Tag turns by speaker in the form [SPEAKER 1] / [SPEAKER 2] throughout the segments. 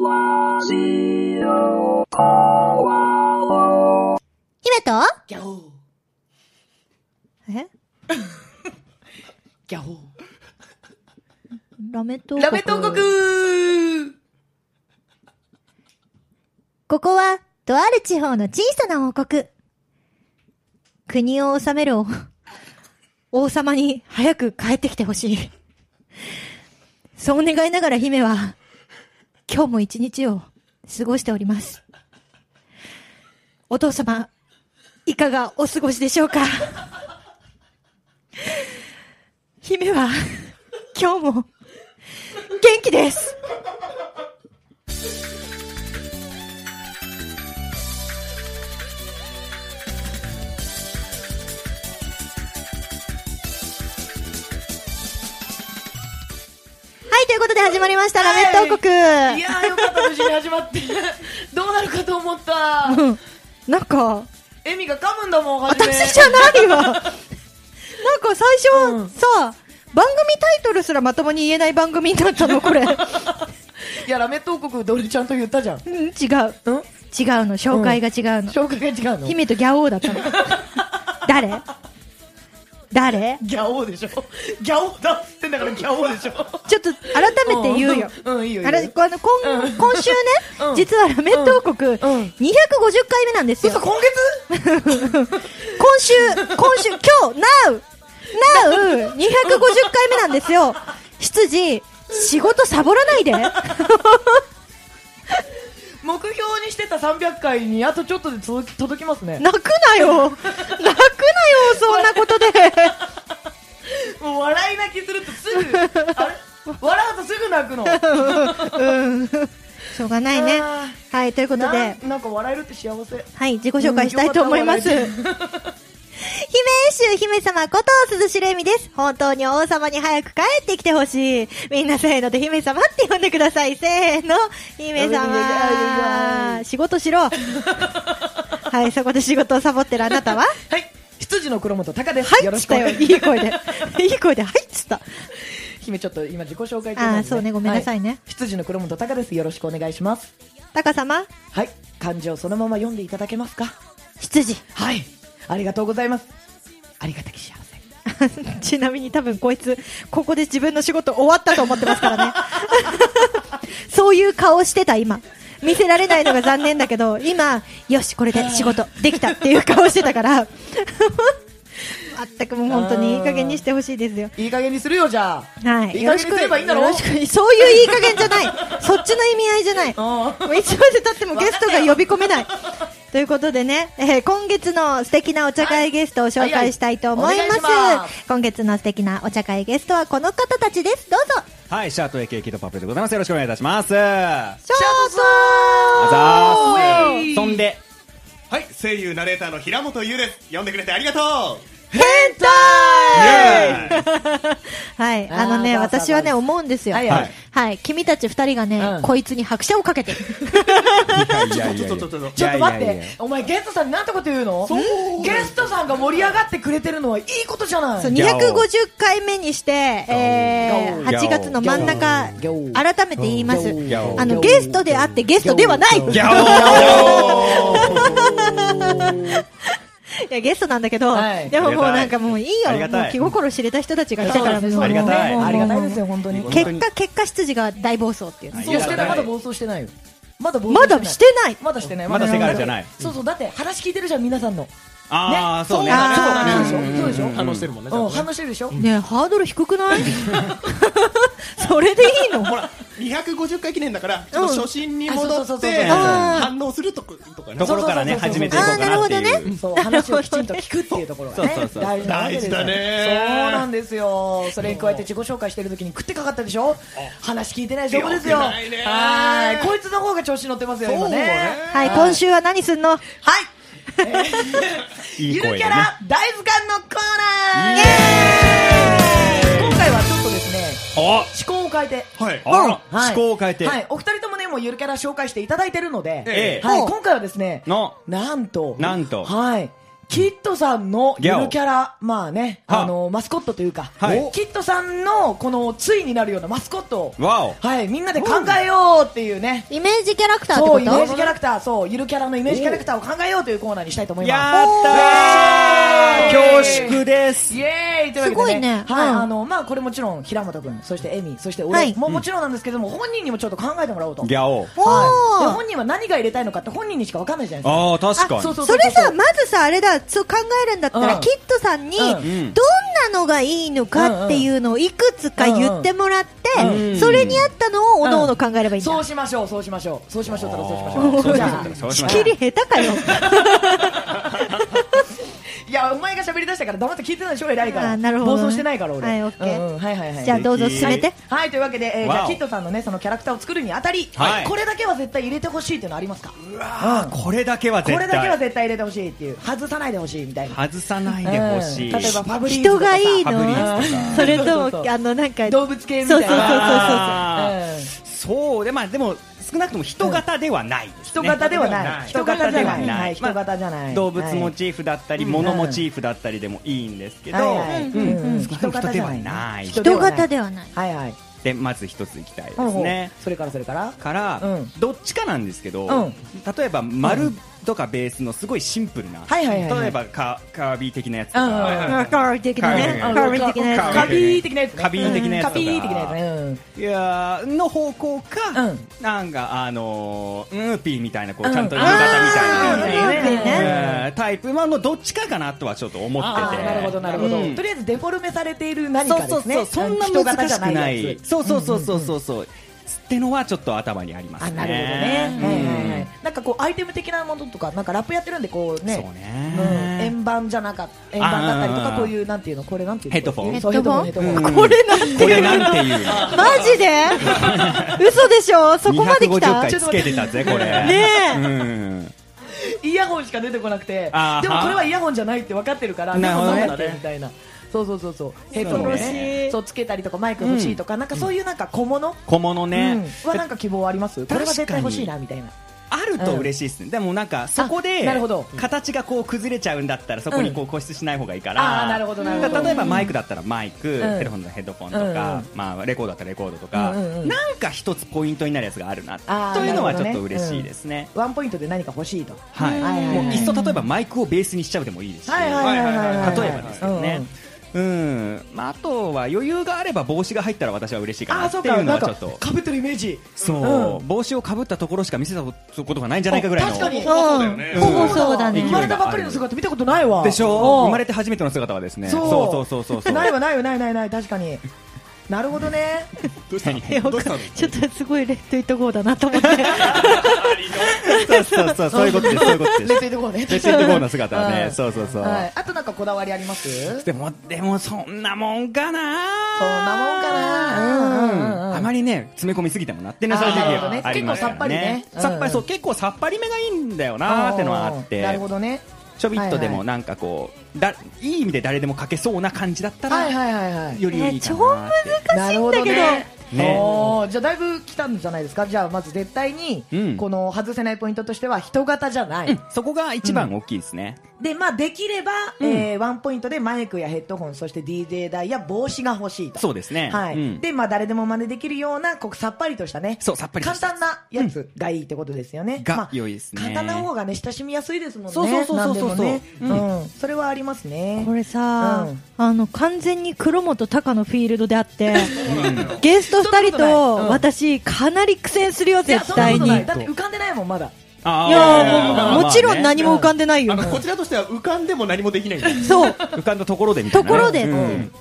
[SPEAKER 1] ジオコア
[SPEAKER 2] 姫と
[SPEAKER 3] ギャオー
[SPEAKER 2] え
[SPEAKER 3] ギャオー
[SPEAKER 2] ラメット王国
[SPEAKER 3] ラメット王国
[SPEAKER 2] ここは、とある地方の小さな王国。国を治める王、 王様に早く帰ってきてほしい。そう願いながら姫は、今日も一日を過ごしております。お父様、いかがお過ごしでしょうか姫は、今日も、元気ですはい、ということで始まりました、ラメット王国。
[SPEAKER 3] いやーよかった無事に始まって どうなるかと思った
[SPEAKER 2] うんなんか、
[SPEAKER 3] エミが噛むんだもん初め
[SPEAKER 2] 私じゃないわ。なんか最初、
[SPEAKER 3] うん
[SPEAKER 2] さ、番組タイトルすらまともに言えない番組になったの、これ。 う
[SPEAKER 3] いやラメット王国どれちゃんと言ったじゃんん
[SPEAKER 2] ん違う。違うの、紹介が違うの。
[SPEAKER 3] 紹介が違うの
[SPEAKER 2] 姫とギャオーだったの。誰誰
[SPEAKER 3] ギャオーでしょギャオーだっつってんだからギャオ ーでしょ
[SPEAKER 2] ちょっと改めて言うよ。
[SPEAKER 3] うんうんいいよいいよ
[SPEAKER 2] あれあの今
[SPEAKER 3] うん
[SPEAKER 2] 今週ね、
[SPEAKER 3] うん
[SPEAKER 2] 実はラメット王国、
[SPEAKER 3] うん
[SPEAKER 2] 250回目なんですよ。
[SPEAKER 3] 嘘今月
[SPEAKER 2] 今週、今週、今日、now! now! 250回目なんですよ。執事、仕事サボらないで。
[SPEAKER 3] 目標にしてた300回にあとちょっとで届き届きますね
[SPEAKER 2] 泣くなよ。泣くなよ、そんなことで。
[SPEAKER 3] もう笑い泣きするとす ぐあれ笑うとすぐ泣くの
[SPEAKER 2] うん。しょうがないね
[SPEAKER 3] あ。
[SPEAKER 2] はい、ということ
[SPEAKER 3] な
[SPEAKER 2] で、
[SPEAKER 3] んなんか笑えるって幸せ
[SPEAKER 2] はい、自己紹介したいと思います。
[SPEAKER 3] うんよか
[SPEAKER 2] 姫主姫様こと鈴代恵美です。本当に王様に早く帰ってきてほしい。みんなせーので姫様って呼んでください。せーの、姫様。仕事し ろ。はい、そこで仕事をサボってるあなたは
[SPEAKER 3] はい、羊の黒本隆です。
[SPEAKER 2] はい
[SPEAKER 3] よ
[SPEAKER 2] っ
[SPEAKER 3] ろ
[SPEAKER 2] つ
[SPEAKER 3] し
[SPEAKER 2] っ
[SPEAKER 3] くお
[SPEAKER 2] たよ。
[SPEAKER 3] 願い
[SPEAKER 2] いい声で。いい声で、はいっつった。
[SPEAKER 3] 姫ちょっと今自己紹介中
[SPEAKER 2] あ
[SPEAKER 3] なんで、
[SPEAKER 2] あ、そうね、ごめんなさい
[SPEAKER 3] は
[SPEAKER 2] ね。
[SPEAKER 3] 羊の黒本隆です。よろしくお願いします。
[SPEAKER 2] タカ様、
[SPEAKER 3] はい、漢字をそのまま読んでいただけますか。
[SPEAKER 2] 羊。
[SPEAKER 3] はい、ありがとうございます。ありがたき幸せ。
[SPEAKER 2] ちなみに多分こいつ、ここで自分の仕事終わったと思ってますからね。 そういう顔してた、今。見せられないのが残念だけど、今、よし、これで仕事できたっていう顔してたから。 全くもう本当にいい加減にしてほしいですよ。
[SPEAKER 3] いい加減にするよじゃあ。
[SPEAKER 2] はい。
[SPEAKER 3] いい加減にすればいいんだろ。
[SPEAKER 2] よろしくそういういい加減じ ゃない。そっちの意味合いじゃない。
[SPEAKER 3] あ
[SPEAKER 2] もういつまで経ってもゲストが呼び込めない。 ということでね、えー今月の素敵なお茶会ゲストを紹介したいと思いま。
[SPEAKER 3] はいはいお願いします
[SPEAKER 2] 今月の素敵なお茶会ゲストはこの方たちです。どうぞ。
[SPEAKER 4] はい、シャート AKK とパペでございます。よろしくお願いいたします。あ
[SPEAKER 2] ショ
[SPEAKER 4] ざ
[SPEAKER 2] ート
[SPEAKER 4] ー
[SPEAKER 3] ウェイ
[SPEAKER 4] す。そんで、
[SPEAKER 5] はい、声優ナレーターの平本優です。呼んでくれてありがとう。
[SPEAKER 2] 変
[SPEAKER 4] イ
[SPEAKER 2] 態
[SPEAKER 4] エーイ
[SPEAKER 2] はい、
[SPEAKER 3] あー
[SPEAKER 2] あのね、
[SPEAKER 3] バーサー
[SPEAKER 2] 私はね、
[SPEAKER 3] バーサー
[SPEAKER 2] 思うんですよ。
[SPEAKER 3] はい
[SPEAKER 4] はい
[SPEAKER 2] はい君たち二人がね、
[SPEAKER 3] うん
[SPEAKER 2] こいつに拍車をかけてる。
[SPEAKER 4] いやいやいやいや
[SPEAKER 5] ちょっとちょっとちょっと
[SPEAKER 3] ちょっと待って、
[SPEAKER 4] いやいやいや
[SPEAKER 3] お前ゲストさんになんてこと言うのゲストさんが盛り上がってくれてるのはいいことじゃない
[SPEAKER 2] そう
[SPEAKER 4] ギャオ
[SPEAKER 2] 250回目にして、えー、
[SPEAKER 4] ギャオ
[SPEAKER 2] 8月の真ん中
[SPEAKER 3] ギャオ、
[SPEAKER 2] 改めて言います
[SPEAKER 3] ギャ。
[SPEAKER 4] オ
[SPEAKER 2] あの、ゲストであってゲストではない
[SPEAKER 4] ギャオ
[SPEAKER 2] いや、ゲストなんだけど、
[SPEAKER 3] はい
[SPEAKER 2] でももう
[SPEAKER 4] あ
[SPEAKER 2] なん
[SPEAKER 4] りがたい
[SPEAKER 2] かもういいよ。
[SPEAKER 4] ありがたい
[SPEAKER 2] もう気心知れた人たちがいた
[SPEAKER 3] そう
[SPEAKER 2] か
[SPEAKER 3] で
[SPEAKER 2] ら、
[SPEAKER 3] すね
[SPEAKER 2] もう
[SPEAKER 4] ありがたい
[SPEAKER 2] もうもう
[SPEAKER 3] ありがたいですよ本当に
[SPEAKER 4] もう
[SPEAKER 2] 結果、結果、執事が大暴走っていうね。
[SPEAKER 3] そうしてないまだ暴走してないよまだ暴走
[SPEAKER 2] まだしてない
[SPEAKER 3] まだしてない
[SPEAKER 4] まだ
[SPEAKER 3] して
[SPEAKER 4] せ
[SPEAKER 3] な
[SPEAKER 4] が
[SPEAKER 3] い
[SPEAKER 4] れじゃない
[SPEAKER 3] そうそうだって話聞いてるじゃん皆さんの
[SPEAKER 4] あー、そうね。
[SPEAKER 2] あー
[SPEAKER 3] そうでしょ
[SPEAKER 2] う
[SPEAKER 3] そうでしょ
[SPEAKER 5] 反応してるもんね。ちゃ
[SPEAKER 3] うんん
[SPEAKER 5] とね
[SPEAKER 3] 反応してるでしょ
[SPEAKER 2] ねえハードル低くない それでいいの
[SPEAKER 5] ほら、250回記念だから、ちょっと初心に
[SPEAKER 3] うんあそうそう
[SPEAKER 5] 戻
[SPEAKER 3] そう
[SPEAKER 5] っ
[SPEAKER 3] そう
[SPEAKER 5] て、
[SPEAKER 2] あー
[SPEAKER 5] 反応するとことかね
[SPEAKER 4] と。ころから
[SPEAKER 3] そ
[SPEAKER 4] ね、
[SPEAKER 3] うそうそ
[SPEAKER 4] 始
[SPEAKER 3] うそう
[SPEAKER 4] めていこう
[SPEAKER 2] あー
[SPEAKER 4] かなって
[SPEAKER 2] なるほ
[SPEAKER 4] いう。
[SPEAKER 3] そう話をきちんと聞くっていうところがね
[SPEAKER 4] そうそうそう
[SPEAKER 3] 大事なわけですよ
[SPEAKER 5] 大事だね
[SPEAKER 3] そうなんですよそれに加えて自己紹介してる時に食ってかかったでしょ話聞いてない証拠ですよ
[SPEAKER 5] よくないね
[SPEAKER 3] はーいこいつの方が調子乗ってますよ今ね
[SPEAKER 2] はい、今週は何すんの
[SPEAKER 3] はいえー
[SPEAKER 4] いい
[SPEAKER 3] ゆ
[SPEAKER 4] 声
[SPEAKER 3] る
[SPEAKER 4] で
[SPEAKER 3] キ
[SPEAKER 4] ね
[SPEAKER 3] ャラ大図鑑のコーナー
[SPEAKER 4] イ
[SPEAKER 3] 今回はちょっとですね
[SPEAKER 4] お
[SPEAKER 3] 思考を変えて
[SPEAKER 5] はい。
[SPEAKER 4] あら
[SPEAKER 3] はい
[SPEAKER 4] 思考を変えて
[SPEAKER 3] は。い、お二人ともね、もうゆるキャラ紹介していただいてるので、
[SPEAKER 4] ええ
[SPEAKER 3] はい、
[SPEAKER 2] ほう
[SPEAKER 3] 今回はですね、
[SPEAKER 4] の、
[SPEAKER 3] なんと、
[SPEAKER 4] なんと
[SPEAKER 3] はい、キッドさんのゆ
[SPEAKER 4] ギャオ
[SPEAKER 3] るキャラ、まあね、
[SPEAKER 4] は
[SPEAKER 3] あの、マスコットというか、
[SPEAKER 4] はい
[SPEAKER 3] キッドさんのこの、ついになるようなマスコットを、
[SPEAKER 4] わお
[SPEAKER 3] はい、みんなで考えようっていうね、
[SPEAKER 2] イメージキャラクターって
[SPEAKER 3] そ
[SPEAKER 2] こ
[SPEAKER 3] う、イメー
[SPEAKER 2] と
[SPEAKER 3] ジキャラクター、そう、ゆるキャラのイメージキャラクターを考えようというコーナーにしたいと思います。
[SPEAKER 4] やった
[SPEAKER 3] おー
[SPEAKER 4] ー恐縮です
[SPEAKER 3] イエーイという
[SPEAKER 2] す
[SPEAKER 3] わ
[SPEAKER 2] ご
[SPEAKER 3] け
[SPEAKER 2] い
[SPEAKER 3] で、
[SPEAKER 2] ね
[SPEAKER 3] はい、
[SPEAKER 2] うん
[SPEAKER 3] あの、まあ、これもちろん、平本くん、そしてエミ、そして
[SPEAKER 2] は
[SPEAKER 3] 俺
[SPEAKER 2] い
[SPEAKER 3] ももちろんなんですけども、本人にもちょっと考えてもらおうと。
[SPEAKER 4] ギャオ
[SPEAKER 2] お
[SPEAKER 3] はい
[SPEAKER 2] ー
[SPEAKER 3] で本人は何が入れたいのかって本人にしかわかんないじゃないですか。
[SPEAKER 4] ああ確か
[SPEAKER 3] あそう
[SPEAKER 4] に
[SPEAKER 3] そう
[SPEAKER 2] それさ、まずさ、あれだ、そう考えるんだったら、
[SPEAKER 3] うん
[SPEAKER 2] キッドさんに、
[SPEAKER 3] うん
[SPEAKER 2] どんなのがいいのかっていうのをいくつか言ってもらって、
[SPEAKER 4] うんうん
[SPEAKER 2] それに合ったのをおのおの考えればいいんだ。
[SPEAKER 3] そうしましょう、そうしましょう、そうしましょう、そうしましょう。そうじゃあ
[SPEAKER 4] そうし
[SPEAKER 2] 仕
[SPEAKER 4] ましょ
[SPEAKER 2] 切
[SPEAKER 4] う
[SPEAKER 2] り下手かよ。
[SPEAKER 3] いや、お前が喋り出したから黙って聞いてないでしょ、偉いから。
[SPEAKER 2] あーなるほどね
[SPEAKER 3] 暴走してないから、俺。
[SPEAKER 2] はいオッケー
[SPEAKER 3] うんうんはいはいはい。
[SPEAKER 2] じゃあどうぞ
[SPEAKER 4] 素敵
[SPEAKER 2] 進めて。
[SPEAKER 3] はい、というわけで、えーじゃ
[SPEAKER 4] わ
[SPEAKER 3] あ、
[SPEAKER 4] お
[SPEAKER 3] キッドさんのね、そのキャラクターを作るにあたり、
[SPEAKER 4] はい
[SPEAKER 3] これだけは絶対入れてほしいっていうのありますかうん
[SPEAKER 4] これだけは
[SPEAKER 3] こ
[SPEAKER 4] 絶
[SPEAKER 3] れだけは
[SPEAKER 4] 対
[SPEAKER 3] 絶対入れてほしいっていう、外さないでほしいみたいな。
[SPEAKER 4] 外さないでほしい
[SPEAKER 3] うん例えば、ファブリーズ
[SPEAKER 2] 人
[SPEAKER 3] とかさ
[SPEAKER 2] がいい
[SPEAKER 4] ファブリー
[SPEAKER 2] の
[SPEAKER 4] ズとか
[SPEAKER 2] それと
[SPEAKER 3] そうそう
[SPEAKER 2] も、
[SPEAKER 3] そう
[SPEAKER 2] あの、なんか、
[SPEAKER 3] 動物系みたいな。
[SPEAKER 2] そうそうそうそう
[SPEAKER 4] あーそうでまあでも少なくとも人型ではないです
[SPEAKER 3] 人
[SPEAKER 4] ね
[SPEAKER 3] 型ではない。
[SPEAKER 4] 人型では
[SPEAKER 3] は
[SPEAKER 4] ないい
[SPEAKER 3] 人型じゃない。
[SPEAKER 4] 動物モ
[SPEAKER 3] も
[SPEAKER 4] チーフだったり物モチーフだったりでもいいんですけど
[SPEAKER 2] うん
[SPEAKER 4] 人型ではない
[SPEAKER 2] 人型ではない。
[SPEAKER 3] はいはい。
[SPEAKER 4] でまず一ついきたいで
[SPEAKER 3] ほう
[SPEAKER 4] す
[SPEAKER 3] ほう
[SPEAKER 4] ね
[SPEAKER 3] それからそれから。
[SPEAKER 4] から、
[SPEAKER 3] うん
[SPEAKER 4] どっちかなんですけど、
[SPEAKER 3] うん
[SPEAKER 4] 例えば丸とかベースのすごいシンプルな、
[SPEAKER 3] はいはいはいはい
[SPEAKER 4] 例えばカカービー的なやつと
[SPEAKER 3] うんうんうん
[SPEAKER 4] か、
[SPEAKER 2] カーリー的なね。
[SPEAKER 4] カ
[SPEAKER 2] カ
[SPEAKER 4] ー
[SPEAKER 2] ーリー的なや
[SPEAKER 4] つ
[SPEAKER 3] カビー的なやつね。
[SPEAKER 4] カビー的なやつとか
[SPEAKER 3] カビー的なや
[SPEAKER 4] いやーの方向か、
[SPEAKER 3] うん
[SPEAKER 4] なんかあのー、ウーピーみたいなこう
[SPEAKER 3] うん
[SPEAKER 4] ちゃんと夕方みたいな、
[SPEAKER 3] つね。
[SPEAKER 2] あー
[SPEAKER 3] うん
[SPEAKER 2] うん
[SPEAKER 3] うん
[SPEAKER 4] えータイプまあのどっちかかなとはちょっと思
[SPEAKER 3] あ
[SPEAKER 4] って
[SPEAKER 3] ー
[SPEAKER 4] て
[SPEAKER 3] なるほどなるほ
[SPEAKER 4] う
[SPEAKER 3] ど。
[SPEAKER 4] ん
[SPEAKER 3] とりあえずデフォルメされている何
[SPEAKER 4] そう
[SPEAKER 3] か
[SPEAKER 4] そ
[SPEAKER 3] で
[SPEAKER 4] う
[SPEAKER 3] すね。
[SPEAKER 4] そうそんな難しくな
[SPEAKER 3] 人型じゃ
[SPEAKER 4] い
[SPEAKER 3] やつ
[SPEAKER 4] そうそうそうそうそうそうってのはちょっと頭にありますね
[SPEAKER 3] あ、なるほどね。
[SPEAKER 4] うん
[SPEAKER 3] はいはいはいなんかこうアイテム的なものとか、なんかラップやってるんでこうね。
[SPEAKER 4] そうね
[SPEAKER 3] うん円盤じゃなかった、円盤だったりと
[SPEAKER 4] あ
[SPEAKER 3] か
[SPEAKER 4] ー
[SPEAKER 3] こういうなんていうのこれなんていうの
[SPEAKER 4] ヘッドフォン
[SPEAKER 3] そうヘッドフォンヘ
[SPEAKER 2] ヘ
[SPEAKER 3] ッ
[SPEAKER 2] ッ
[SPEAKER 3] ド
[SPEAKER 2] ド
[SPEAKER 3] フォン。
[SPEAKER 4] これなんていうこれなんていう
[SPEAKER 2] マジ で嘘でしょそこまで来
[SPEAKER 4] 250
[SPEAKER 2] た
[SPEAKER 4] 回つけてたぜこれ
[SPEAKER 2] ねえ
[SPEAKER 4] うん
[SPEAKER 3] イヤホンしか出てこなくて
[SPEAKER 4] あー
[SPEAKER 3] でもこれはイヤホンじゃないって分かってるから
[SPEAKER 4] なるほどね
[SPEAKER 3] でもんだっけみたいなそうそうそうそうヘッドホン
[SPEAKER 4] そう
[SPEAKER 3] ねそうつけたりとかマイク欲しいとか、なんかそういうなんか小物、
[SPEAKER 4] 小物ね、
[SPEAKER 3] うんはなんか希望ありますこれは絶対欲しいなみたいな
[SPEAKER 4] あると嬉しいですね、でもなんかそこ
[SPEAKER 3] あ
[SPEAKER 4] で
[SPEAKER 3] なるほど
[SPEAKER 4] 形がこう崩れちゃうんだったらそこにこう固執しない方がいいから、
[SPEAKER 3] あーなるほどなるほど
[SPEAKER 4] だから例えばマイクだったらマイク、
[SPEAKER 3] ん
[SPEAKER 4] ヘッドホンだったらヘッドホン
[SPEAKER 3] う
[SPEAKER 4] と
[SPEAKER 3] んう
[SPEAKER 4] か
[SPEAKER 3] ん、
[SPEAKER 4] まあ、レコードだったらレコードとか、
[SPEAKER 3] うんうんうん
[SPEAKER 4] なんか一つポイントになるやつがあるな
[SPEAKER 3] あー
[SPEAKER 4] というのは
[SPEAKER 3] な
[SPEAKER 4] ち
[SPEAKER 3] るほど
[SPEAKER 4] ょ
[SPEAKER 3] ね
[SPEAKER 4] っと嬉しいですね。
[SPEAKER 3] ワンポイントで何か欲しいと
[SPEAKER 4] はい、
[SPEAKER 3] はいはいはい
[SPEAKER 4] もういっそ例えばマイクをベースにしちゃうでもいいですし、
[SPEAKER 3] はいはいはいはいはい
[SPEAKER 4] 例えばですけどね、うんまあ、あとは余裕があれば帽子が入ったら私は嬉しいか
[SPEAKER 3] あ
[SPEAKER 4] な
[SPEAKER 3] あ
[SPEAKER 4] っ
[SPEAKER 3] そう
[SPEAKER 4] てい
[SPEAKER 3] か
[SPEAKER 4] う
[SPEAKER 3] な
[SPEAKER 4] のは
[SPEAKER 3] ん
[SPEAKER 4] ちょ
[SPEAKER 3] か
[SPEAKER 4] っと
[SPEAKER 3] かぶってるイメージ
[SPEAKER 4] そう、帽子をかぶったところしか見せたことがないんじゃないかぐらいの
[SPEAKER 3] 確かに
[SPEAKER 5] そうだよね
[SPEAKER 2] うんほぼそうだね
[SPEAKER 3] 生まれたばっかりの姿見たことないわ
[SPEAKER 4] でし
[SPEAKER 3] う
[SPEAKER 4] ょ
[SPEAKER 3] ん
[SPEAKER 4] 生まれて初めての姿はですね。
[SPEAKER 3] そう
[SPEAKER 4] そうそうそうそ う。
[SPEAKER 3] ないわないわないないない確かになるほどね
[SPEAKER 5] どうした
[SPEAKER 2] いや
[SPEAKER 5] のどうしたの
[SPEAKER 2] ちょっとすごいレッドイットゴーだなと思って。
[SPEAKER 4] そうそうそう、そういうことです、そういうこと
[SPEAKER 3] レ
[SPEAKER 4] です
[SPEAKER 3] ッ。ドゴーね
[SPEAKER 4] レッドイットゴーの姿は
[SPEAKER 3] う
[SPEAKER 4] ね、
[SPEAKER 3] ん
[SPEAKER 4] そうそうそう。
[SPEAKER 3] はい、あとなんかこだわりあります
[SPEAKER 4] でも、でも、そんなもんかな
[SPEAKER 3] そんなもんか
[SPEAKER 4] う
[SPEAKER 3] なうんうんうん
[SPEAKER 4] んあまりね、詰め込みすぎてもなってね、
[SPEAKER 3] あー
[SPEAKER 4] 正直
[SPEAKER 3] なるほどね
[SPEAKER 4] ありますから
[SPEAKER 3] 結構さっぱりねうんうん
[SPEAKER 4] さっぱり、そう、結構さっぱりめがいいんだよなーってのはあっ
[SPEAKER 3] なる
[SPEAKER 4] て
[SPEAKER 3] ほ、どね
[SPEAKER 4] ちょびっと
[SPEAKER 3] は
[SPEAKER 4] で
[SPEAKER 3] いは
[SPEAKER 4] も
[SPEAKER 3] い
[SPEAKER 4] なんかこう、だいい意味で誰でも書けそうな感じだった
[SPEAKER 3] はい
[SPEAKER 4] ら、
[SPEAKER 3] はいはいはい
[SPEAKER 4] よりいいかなーって。
[SPEAKER 3] なるほどね
[SPEAKER 4] ね
[SPEAKER 3] おーじゃあだいぶ来たんじゃないですかじゃあまず絶対に
[SPEAKER 4] うん
[SPEAKER 3] この外せないポイントとしては人型じゃない、
[SPEAKER 4] うんそこが一番大きいですね。
[SPEAKER 3] でまあできれば、えーワンポイントでマイクやヘッドホンそして DJ 台や帽子が欲しいと
[SPEAKER 4] そうですね
[SPEAKER 3] はい
[SPEAKER 4] うん
[SPEAKER 3] でまあ誰でも真似できるようなこうさっぱりとしたね
[SPEAKER 4] そうさっぱりと
[SPEAKER 3] 簡
[SPEAKER 4] した
[SPEAKER 3] 単なやつがいいってことですよね、
[SPEAKER 4] が
[SPEAKER 3] まあ
[SPEAKER 4] 良いですね
[SPEAKER 3] 簡単な方がね親しみやすいですもんね
[SPEAKER 4] そうそうそうそうそう
[SPEAKER 3] 何でもね
[SPEAKER 4] う
[SPEAKER 3] うんそれはありますね
[SPEAKER 2] これさ、
[SPEAKER 3] うん
[SPEAKER 2] あの完全に黒本鷹のフィールドであって、ゲスト2人
[SPEAKER 3] そんなことないうん
[SPEAKER 2] と私、かなり苦戦するよ、
[SPEAKER 3] いや
[SPEAKER 2] 絶対に。い
[SPEAKER 3] そんなこと
[SPEAKER 2] や
[SPEAKER 3] ないだって浮かんでないもんまだ
[SPEAKER 4] あー
[SPEAKER 2] もうもちろん
[SPEAKER 4] まあね
[SPEAKER 2] 何も浮かんでないよ
[SPEAKER 5] あ。のこちらとしては浮かんでも何もできないんだよ
[SPEAKER 2] そう、
[SPEAKER 4] 浮かんだところでみたいなね
[SPEAKER 2] ところで
[SPEAKER 4] うん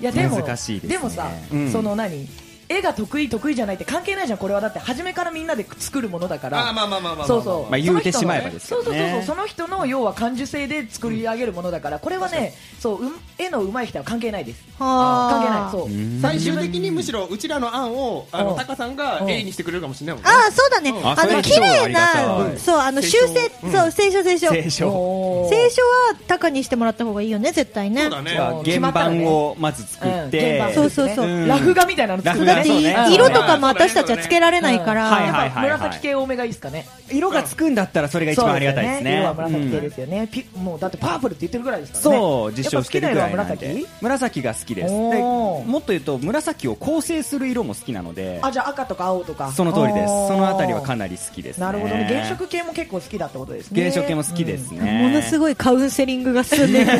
[SPEAKER 3] いやでも
[SPEAKER 4] 難しいですね
[SPEAKER 3] でもさ、
[SPEAKER 4] うん
[SPEAKER 3] その何絵が得意得意じゃないって関係ないじゃんこれはだって初めからみんなで作るものだか
[SPEAKER 5] あ
[SPEAKER 3] ら
[SPEAKER 5] ーまあまあまあまあまあ
[SPEAKER 3] そうそう、
[SPEAKER 4] まあ言うてしまえばです
[SPEAKER 3] その人の
[SPEAKER 4] よ
[SPEAKER 3] ねそう
[SPEAKER 4] ね
[SPEAKER 3] そうそうその人の要は感受性で作り上げるものだからこれはねそう、うん、絵の上手い人は関係ないです
[SPEAKER 2] は
[SPEAKER 3] 関係
[SPEAKER 2] ー
[SPEAKER 3] ないそう
[SPEAKER 5] 最終的にむしろうちらの案をあ
[SPEAKER 3] う
[SPEAKER 5] の
[SPEAKER 3] ん
[SPEAKER 5] タカさんが A にしてくれるかもしれないもんね
[SPEAKER 2] ああ、そうだね。
[SPEAKER 4] ん
[SPEAKER 2] あ
[SPEAKER 4] あそれ
[SPEAKER 2] の、
[SPEAKER 4] は
[SPEAKER 2] 綺麗
[SPEAKER 4] 超ありがた
[SPEAKER 2] な、
[SPEAKER 4] い
[SPEAKER 2] そう、あの、修
[SPEAKER 5] 清書
[SPEAKER 2] 正、そう、聖書、聖書。
[SPEAKER 4] 聖書
[SPEAKER 3] おー
[SPEAKER 2] 聖書は鷹にしてもらった方がいいよね、絶対ね。
[SPEAKER 5] そうだね
[SPEAKER 4] じゃあ原版をまず作っ
[SPEAKER 3] うん原
[SPEAKER 4] て
[SPEAKER 3] 版
[SPEAKER 2] そうそうそう
[SPEAKER 4] うん
[SPEAKER 3] ラフ画みたいなの作る
[SPEAKER 4] ラあそうね
[SPEAKER 3] うん
[SPEAKER 2] 色とかも私たちはつけられないか
[SPEAKER 4] うんはい
[SPEAKER 2] ら、
[SPEAKER 3] やっぱ紫系多めがいいですかね。
[SPEAKER 4] 色がつくんだったらそれが一番ありがたいですね。
[SPEAKER 3] そうよね色は紫系ですよね。ピもうだってパープルって言ってるぐらいですからね。
[SPEAKER 4] そう、実証してるぐらい
[SPEAKER 3] やっ
[SPEAKER 4] な
[SPEAKER 3] ぱ好
[SPEAKER 4] ん
[SPEAKER 3] きな色は
[SPEAKER 4] で
[SPEAKER 3] 紫。
[SPEAKER 4] 紫が好きです。で
[SPEAKER 3] お
[SPEAKER 4] も
[SPEAKER 3] ー
[SPEAKER 4] っと言うと、紫を構成する色も好きなので、
[SPEAKER 3] あ、じゃあ赤とか青とか。
[SPEAKER 4] その通りです。
[SPEAKER 3] おー
[SPEAKER 4] そのあたりはかなり好きですね。
[SPEAKER 3] なるほどね。原色系も結構好きだってことですね。
[SPEAKER 4] 原色系も好きですね。
[SPEAKER 2] ものすごいカウンセリングが進んでいく。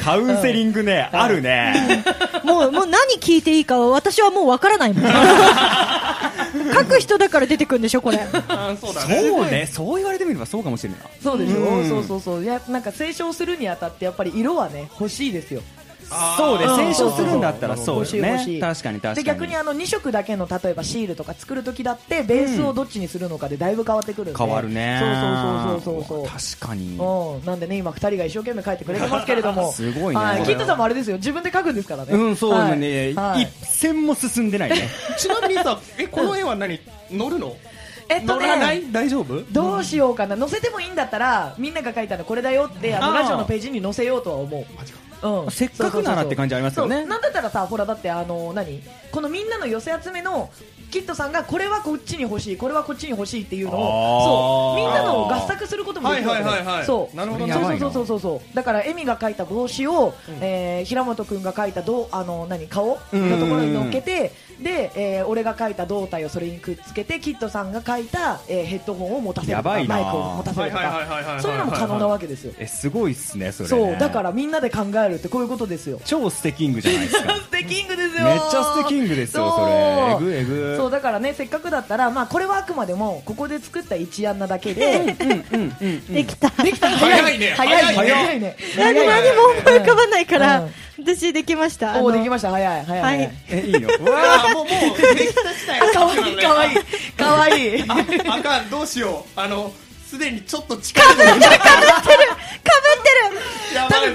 [SPEAKER 4] カウンセリングね、あるね。
[SPEAKER 2] もう、もう何聞いていいかは私はもうわからないもん。 書く人だから出てくるんでしょ、これ。
[SPEAKER 5] そうだね
[SPEAKER 4] そうね、そう言われてみればそうかもしれない。
[SPEAKER 3] そうでしょ、
[SPEAKER 4] うん
[SPEAKER 3] そうそうそういやなんか清書するにあたってやっぱり色はね欲しいですよ
[SPEAKER 4] そうね、
[SPEAKER 3] うん
[SPEAKER 4] 選書するんだったらそう
[SPEAKER 3] 欲しい
[SPEAKER 4] よ
[SPEAKER 3] 欲し
[SPEAKER 4] ね。
[SPEAKER 3] い
[SPEAKER 4] 確かに確か
[SPEAKER 3] で
[SPEAKER 4] に。
[SPEAKER 3] 逆にあの2色だけの例えばシールとか作るときだってベースをどっちにするのかでだいぶ変わってくるんで
[SPEAKER 4] 変わるね。
[SPEAKER 3] そうそうそうそうそうそう
[SPEAKER 4] 確かに。
[SPEAKER 3] うん、なんでね今2人が一生懸命書いてくれてますけれども
[SPEAKER 4] すごいね
[SPEAKER 3] は
[SPEAKER 4] これは
[SPEAKER 3] キッドさんもあれですよ自分で書くんですからね
[SPEAKER 4] うん、そうだね。
[SPEAKER 3] はいはい
[SPEAKER 4] 一線も進んでな いね。
[SPEAKER 5] ちなみにさえこの絵は何乗るの
[SPEAKER 3] えっと
[SPEAKER 5] 乗らな
[SPEAKER 3] ね
[SPEAKER 5] い大丈夫
[SPEAKER 3] どうしようかな載せてもいいんだったらみんなが書いたのこれだよってあの
[SPEAKER 4] あー
[SPEAKER 3] ラジオのページに載せようとは思う
[SPEAKER 5] マジか
[SPEAKER 3] うん、
[SPEAKER 4] せっかくならって感じありますよね
[SPEAKER 3] そうそうそうなんだったらさ、ほらだってあの何このみんなの寄せ集めのキットさんがこれはこっちに欲しい、これはこっちに欲しいっていうのを
[SPEAKER 4] あ
[SPEAKER 3] そ
[SPEAKER 4] ー
[SPEAKER 3] うみんなのを合作することもできるわけだよ
[SPEAKER 5] はいはいはいはい
[SPEAKER 3] そう
[SPEAKER 5] なるほ
[SPEAKER 4] どね
[SPEAKER 3] そうそうそうそうそうだからエミが書いた帽子を、えー平本君が書いたどうあの何顔
[SPEAKER 4] うん
[SPEAKER 3] のところに乗っけてで、えー俺が書いた胴体をそれにくっつけてキットさんが書いた、えーヘッドホンを持たせると
[SPEAKER 4] や
[SPEAKER 3] かマ
[SPEAKER 4] ば
[SPEAKER 3] イ
[SPEAKER 4] い
[SPEAKER 3] ク
[SPEAKER 4] な
[SPEAKER 3] を持たせると
[SPEAKER 5] はいはいはいはいはいはいは
[SPEAKER 3] か
[SPEAKER 5] い
[SPEAKER 3] そういうのも可能なわけですよ。
[SPEAKER 4] え、すごいっすね、それね。
[SPEAKER 3] そうだからみんなで考えるってこういうことですよ。
[SPEAKER 4] 超ステキングじゃないですか。
[SPEAKER 3] ステキングですよ
[SPEAKER 4] めっちゃステキングですよ、
[SPEAKER 3] う
[SPEAKER 4] それ。えぐいえ
[SPEAKER 3] そ
[SPEAKER 4] ぐ
[SPEAKER 3] うだからねせっかくだったら、まあ、これはあくまでもここで作った一案なだけで
[SPEAKER 2] できた。
[SPEAKER 3] できた
[SPEAKER 5] 早いね
[SPEAKER 3] 早いね
[SPEAKER 5] 早
[SPEAKER 3] いね
[SPEAKER 2] 何も
[SPEAKER 3] 早いね
[SPEAKER 2] 何も思い浮かばないから、
[SPEAKER 3] うん
[SPEAKER 2] 私できました。あ
[SPEAKER 3] お
[SPEAKER 2] の
[SPEAKER 3] ーできました早い早い早
[SPEAKER 2] はいい
[SPEAKER 4] い。え、いいのうわ
[SPEAKER 5] あーもうもうできた時代
[SPEAKER 3] 可愛い可愛い可愛 い
[SPEAKER 5] ああかんどうしようあのすでにちょっと近いのに
[SPEAKER 3] 多
[SPEAKER 5] やばいぞ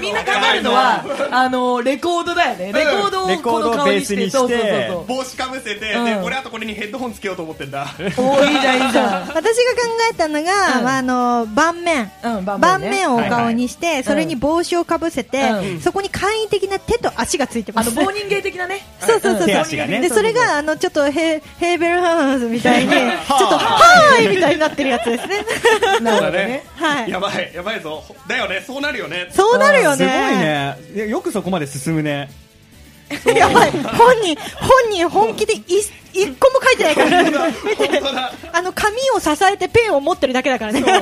[SPEAKER 3] 分みんな考えるのはあのレコードだよねレコードを
[SPEAKER 4] レコ
[SPEAKER 3] こ
[SPEAKER 4] ー
[SPEAKER 3] の
[SPEAKER 4] ドを
[SPEAKER 3] 顔にして
[SPEAKER 4] ベースにして
[SPEAKER 3] そうそうそう
[SPEAKER 5] 帽子かぶせて、で
[SPEAKER 3] うん
[SPEAKER 5] 俺あとこれにヘッドホンつけようと思ってんだ
[SPEAKER 3] そうおーいいじゃんいいじゃん
[SPEAKER 2] 私 が考えたのが、
[SPEAKER 3] うん
[SPEAKER 2] まあ、あの、盤面。
[SPEAKER 3] うん盤面ね
[SPEAKER 2] 盤面をお顔にして、それに帽子をかぶせて、
[SPEAKER 3] う
[SPEAKER 2] そこに簡易的な手と足がついてま
[SPEAKER 3] あ
[SPEAKER 2] す。
[SPEAKER 3] の棒人芸的なね
[SPEAKER 2] そうそうそう。
[SPEAKER 4] 手足がね
[SPEAKER 2] で、それが、あの、ちょっとヘ、ヘーベルハウスみた いに、ちょっと、はーいみたいになってるやつですね。
[SPEAKER 3] なるほど
[SPEAKER 5] だ
[SPEAKER 3] ね
[SPEAKER 5] ね
[SPEAKER 2] はい
[SPEAKER 5] やばいやばいぞだよねそうなるよね
[SPEAKER 2] そうなるよね。
[SPEAKER 4] すごいね。いやよくそこまで進むね。
[SPEAKER 2] やばい。本人、本人本気でい一個も書いてないから。 見て。
[SPEAKER 5] 本当だ
[SPEAKER 2] あの、紙を支えてペンを持ってるだけだからね。おかし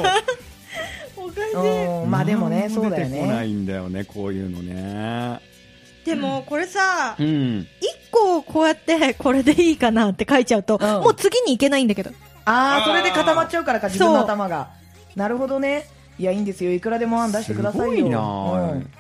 [SPEAKER 2] い。
[SPEAKER 3] うんまあでもねそうだよ
[SPEAKER 4] 出てこな
[SPEAKER 3] ね
[SPEAKER 4] いんだよね、こういうのね。
[SPEAKER 2] でも、これさ、一
[SPEAKER 4] うん。
[SPEAKER 2] 個をこうやって、これでいいかなって書いちゃうと、
[SPEAKER 3] うん
[SPEAKER 2] もう次に行けないんだけど。
[SPEAKER 3] ああ
[SPEAKER 5] あー
[SPEAKER 3] それで固まっちゃうからか自分の頭がなるほどねいやいいんですよいくらでも案出してくださいよ
[SPEAKER 4] すごいなあ
[SPEAKER 3] うん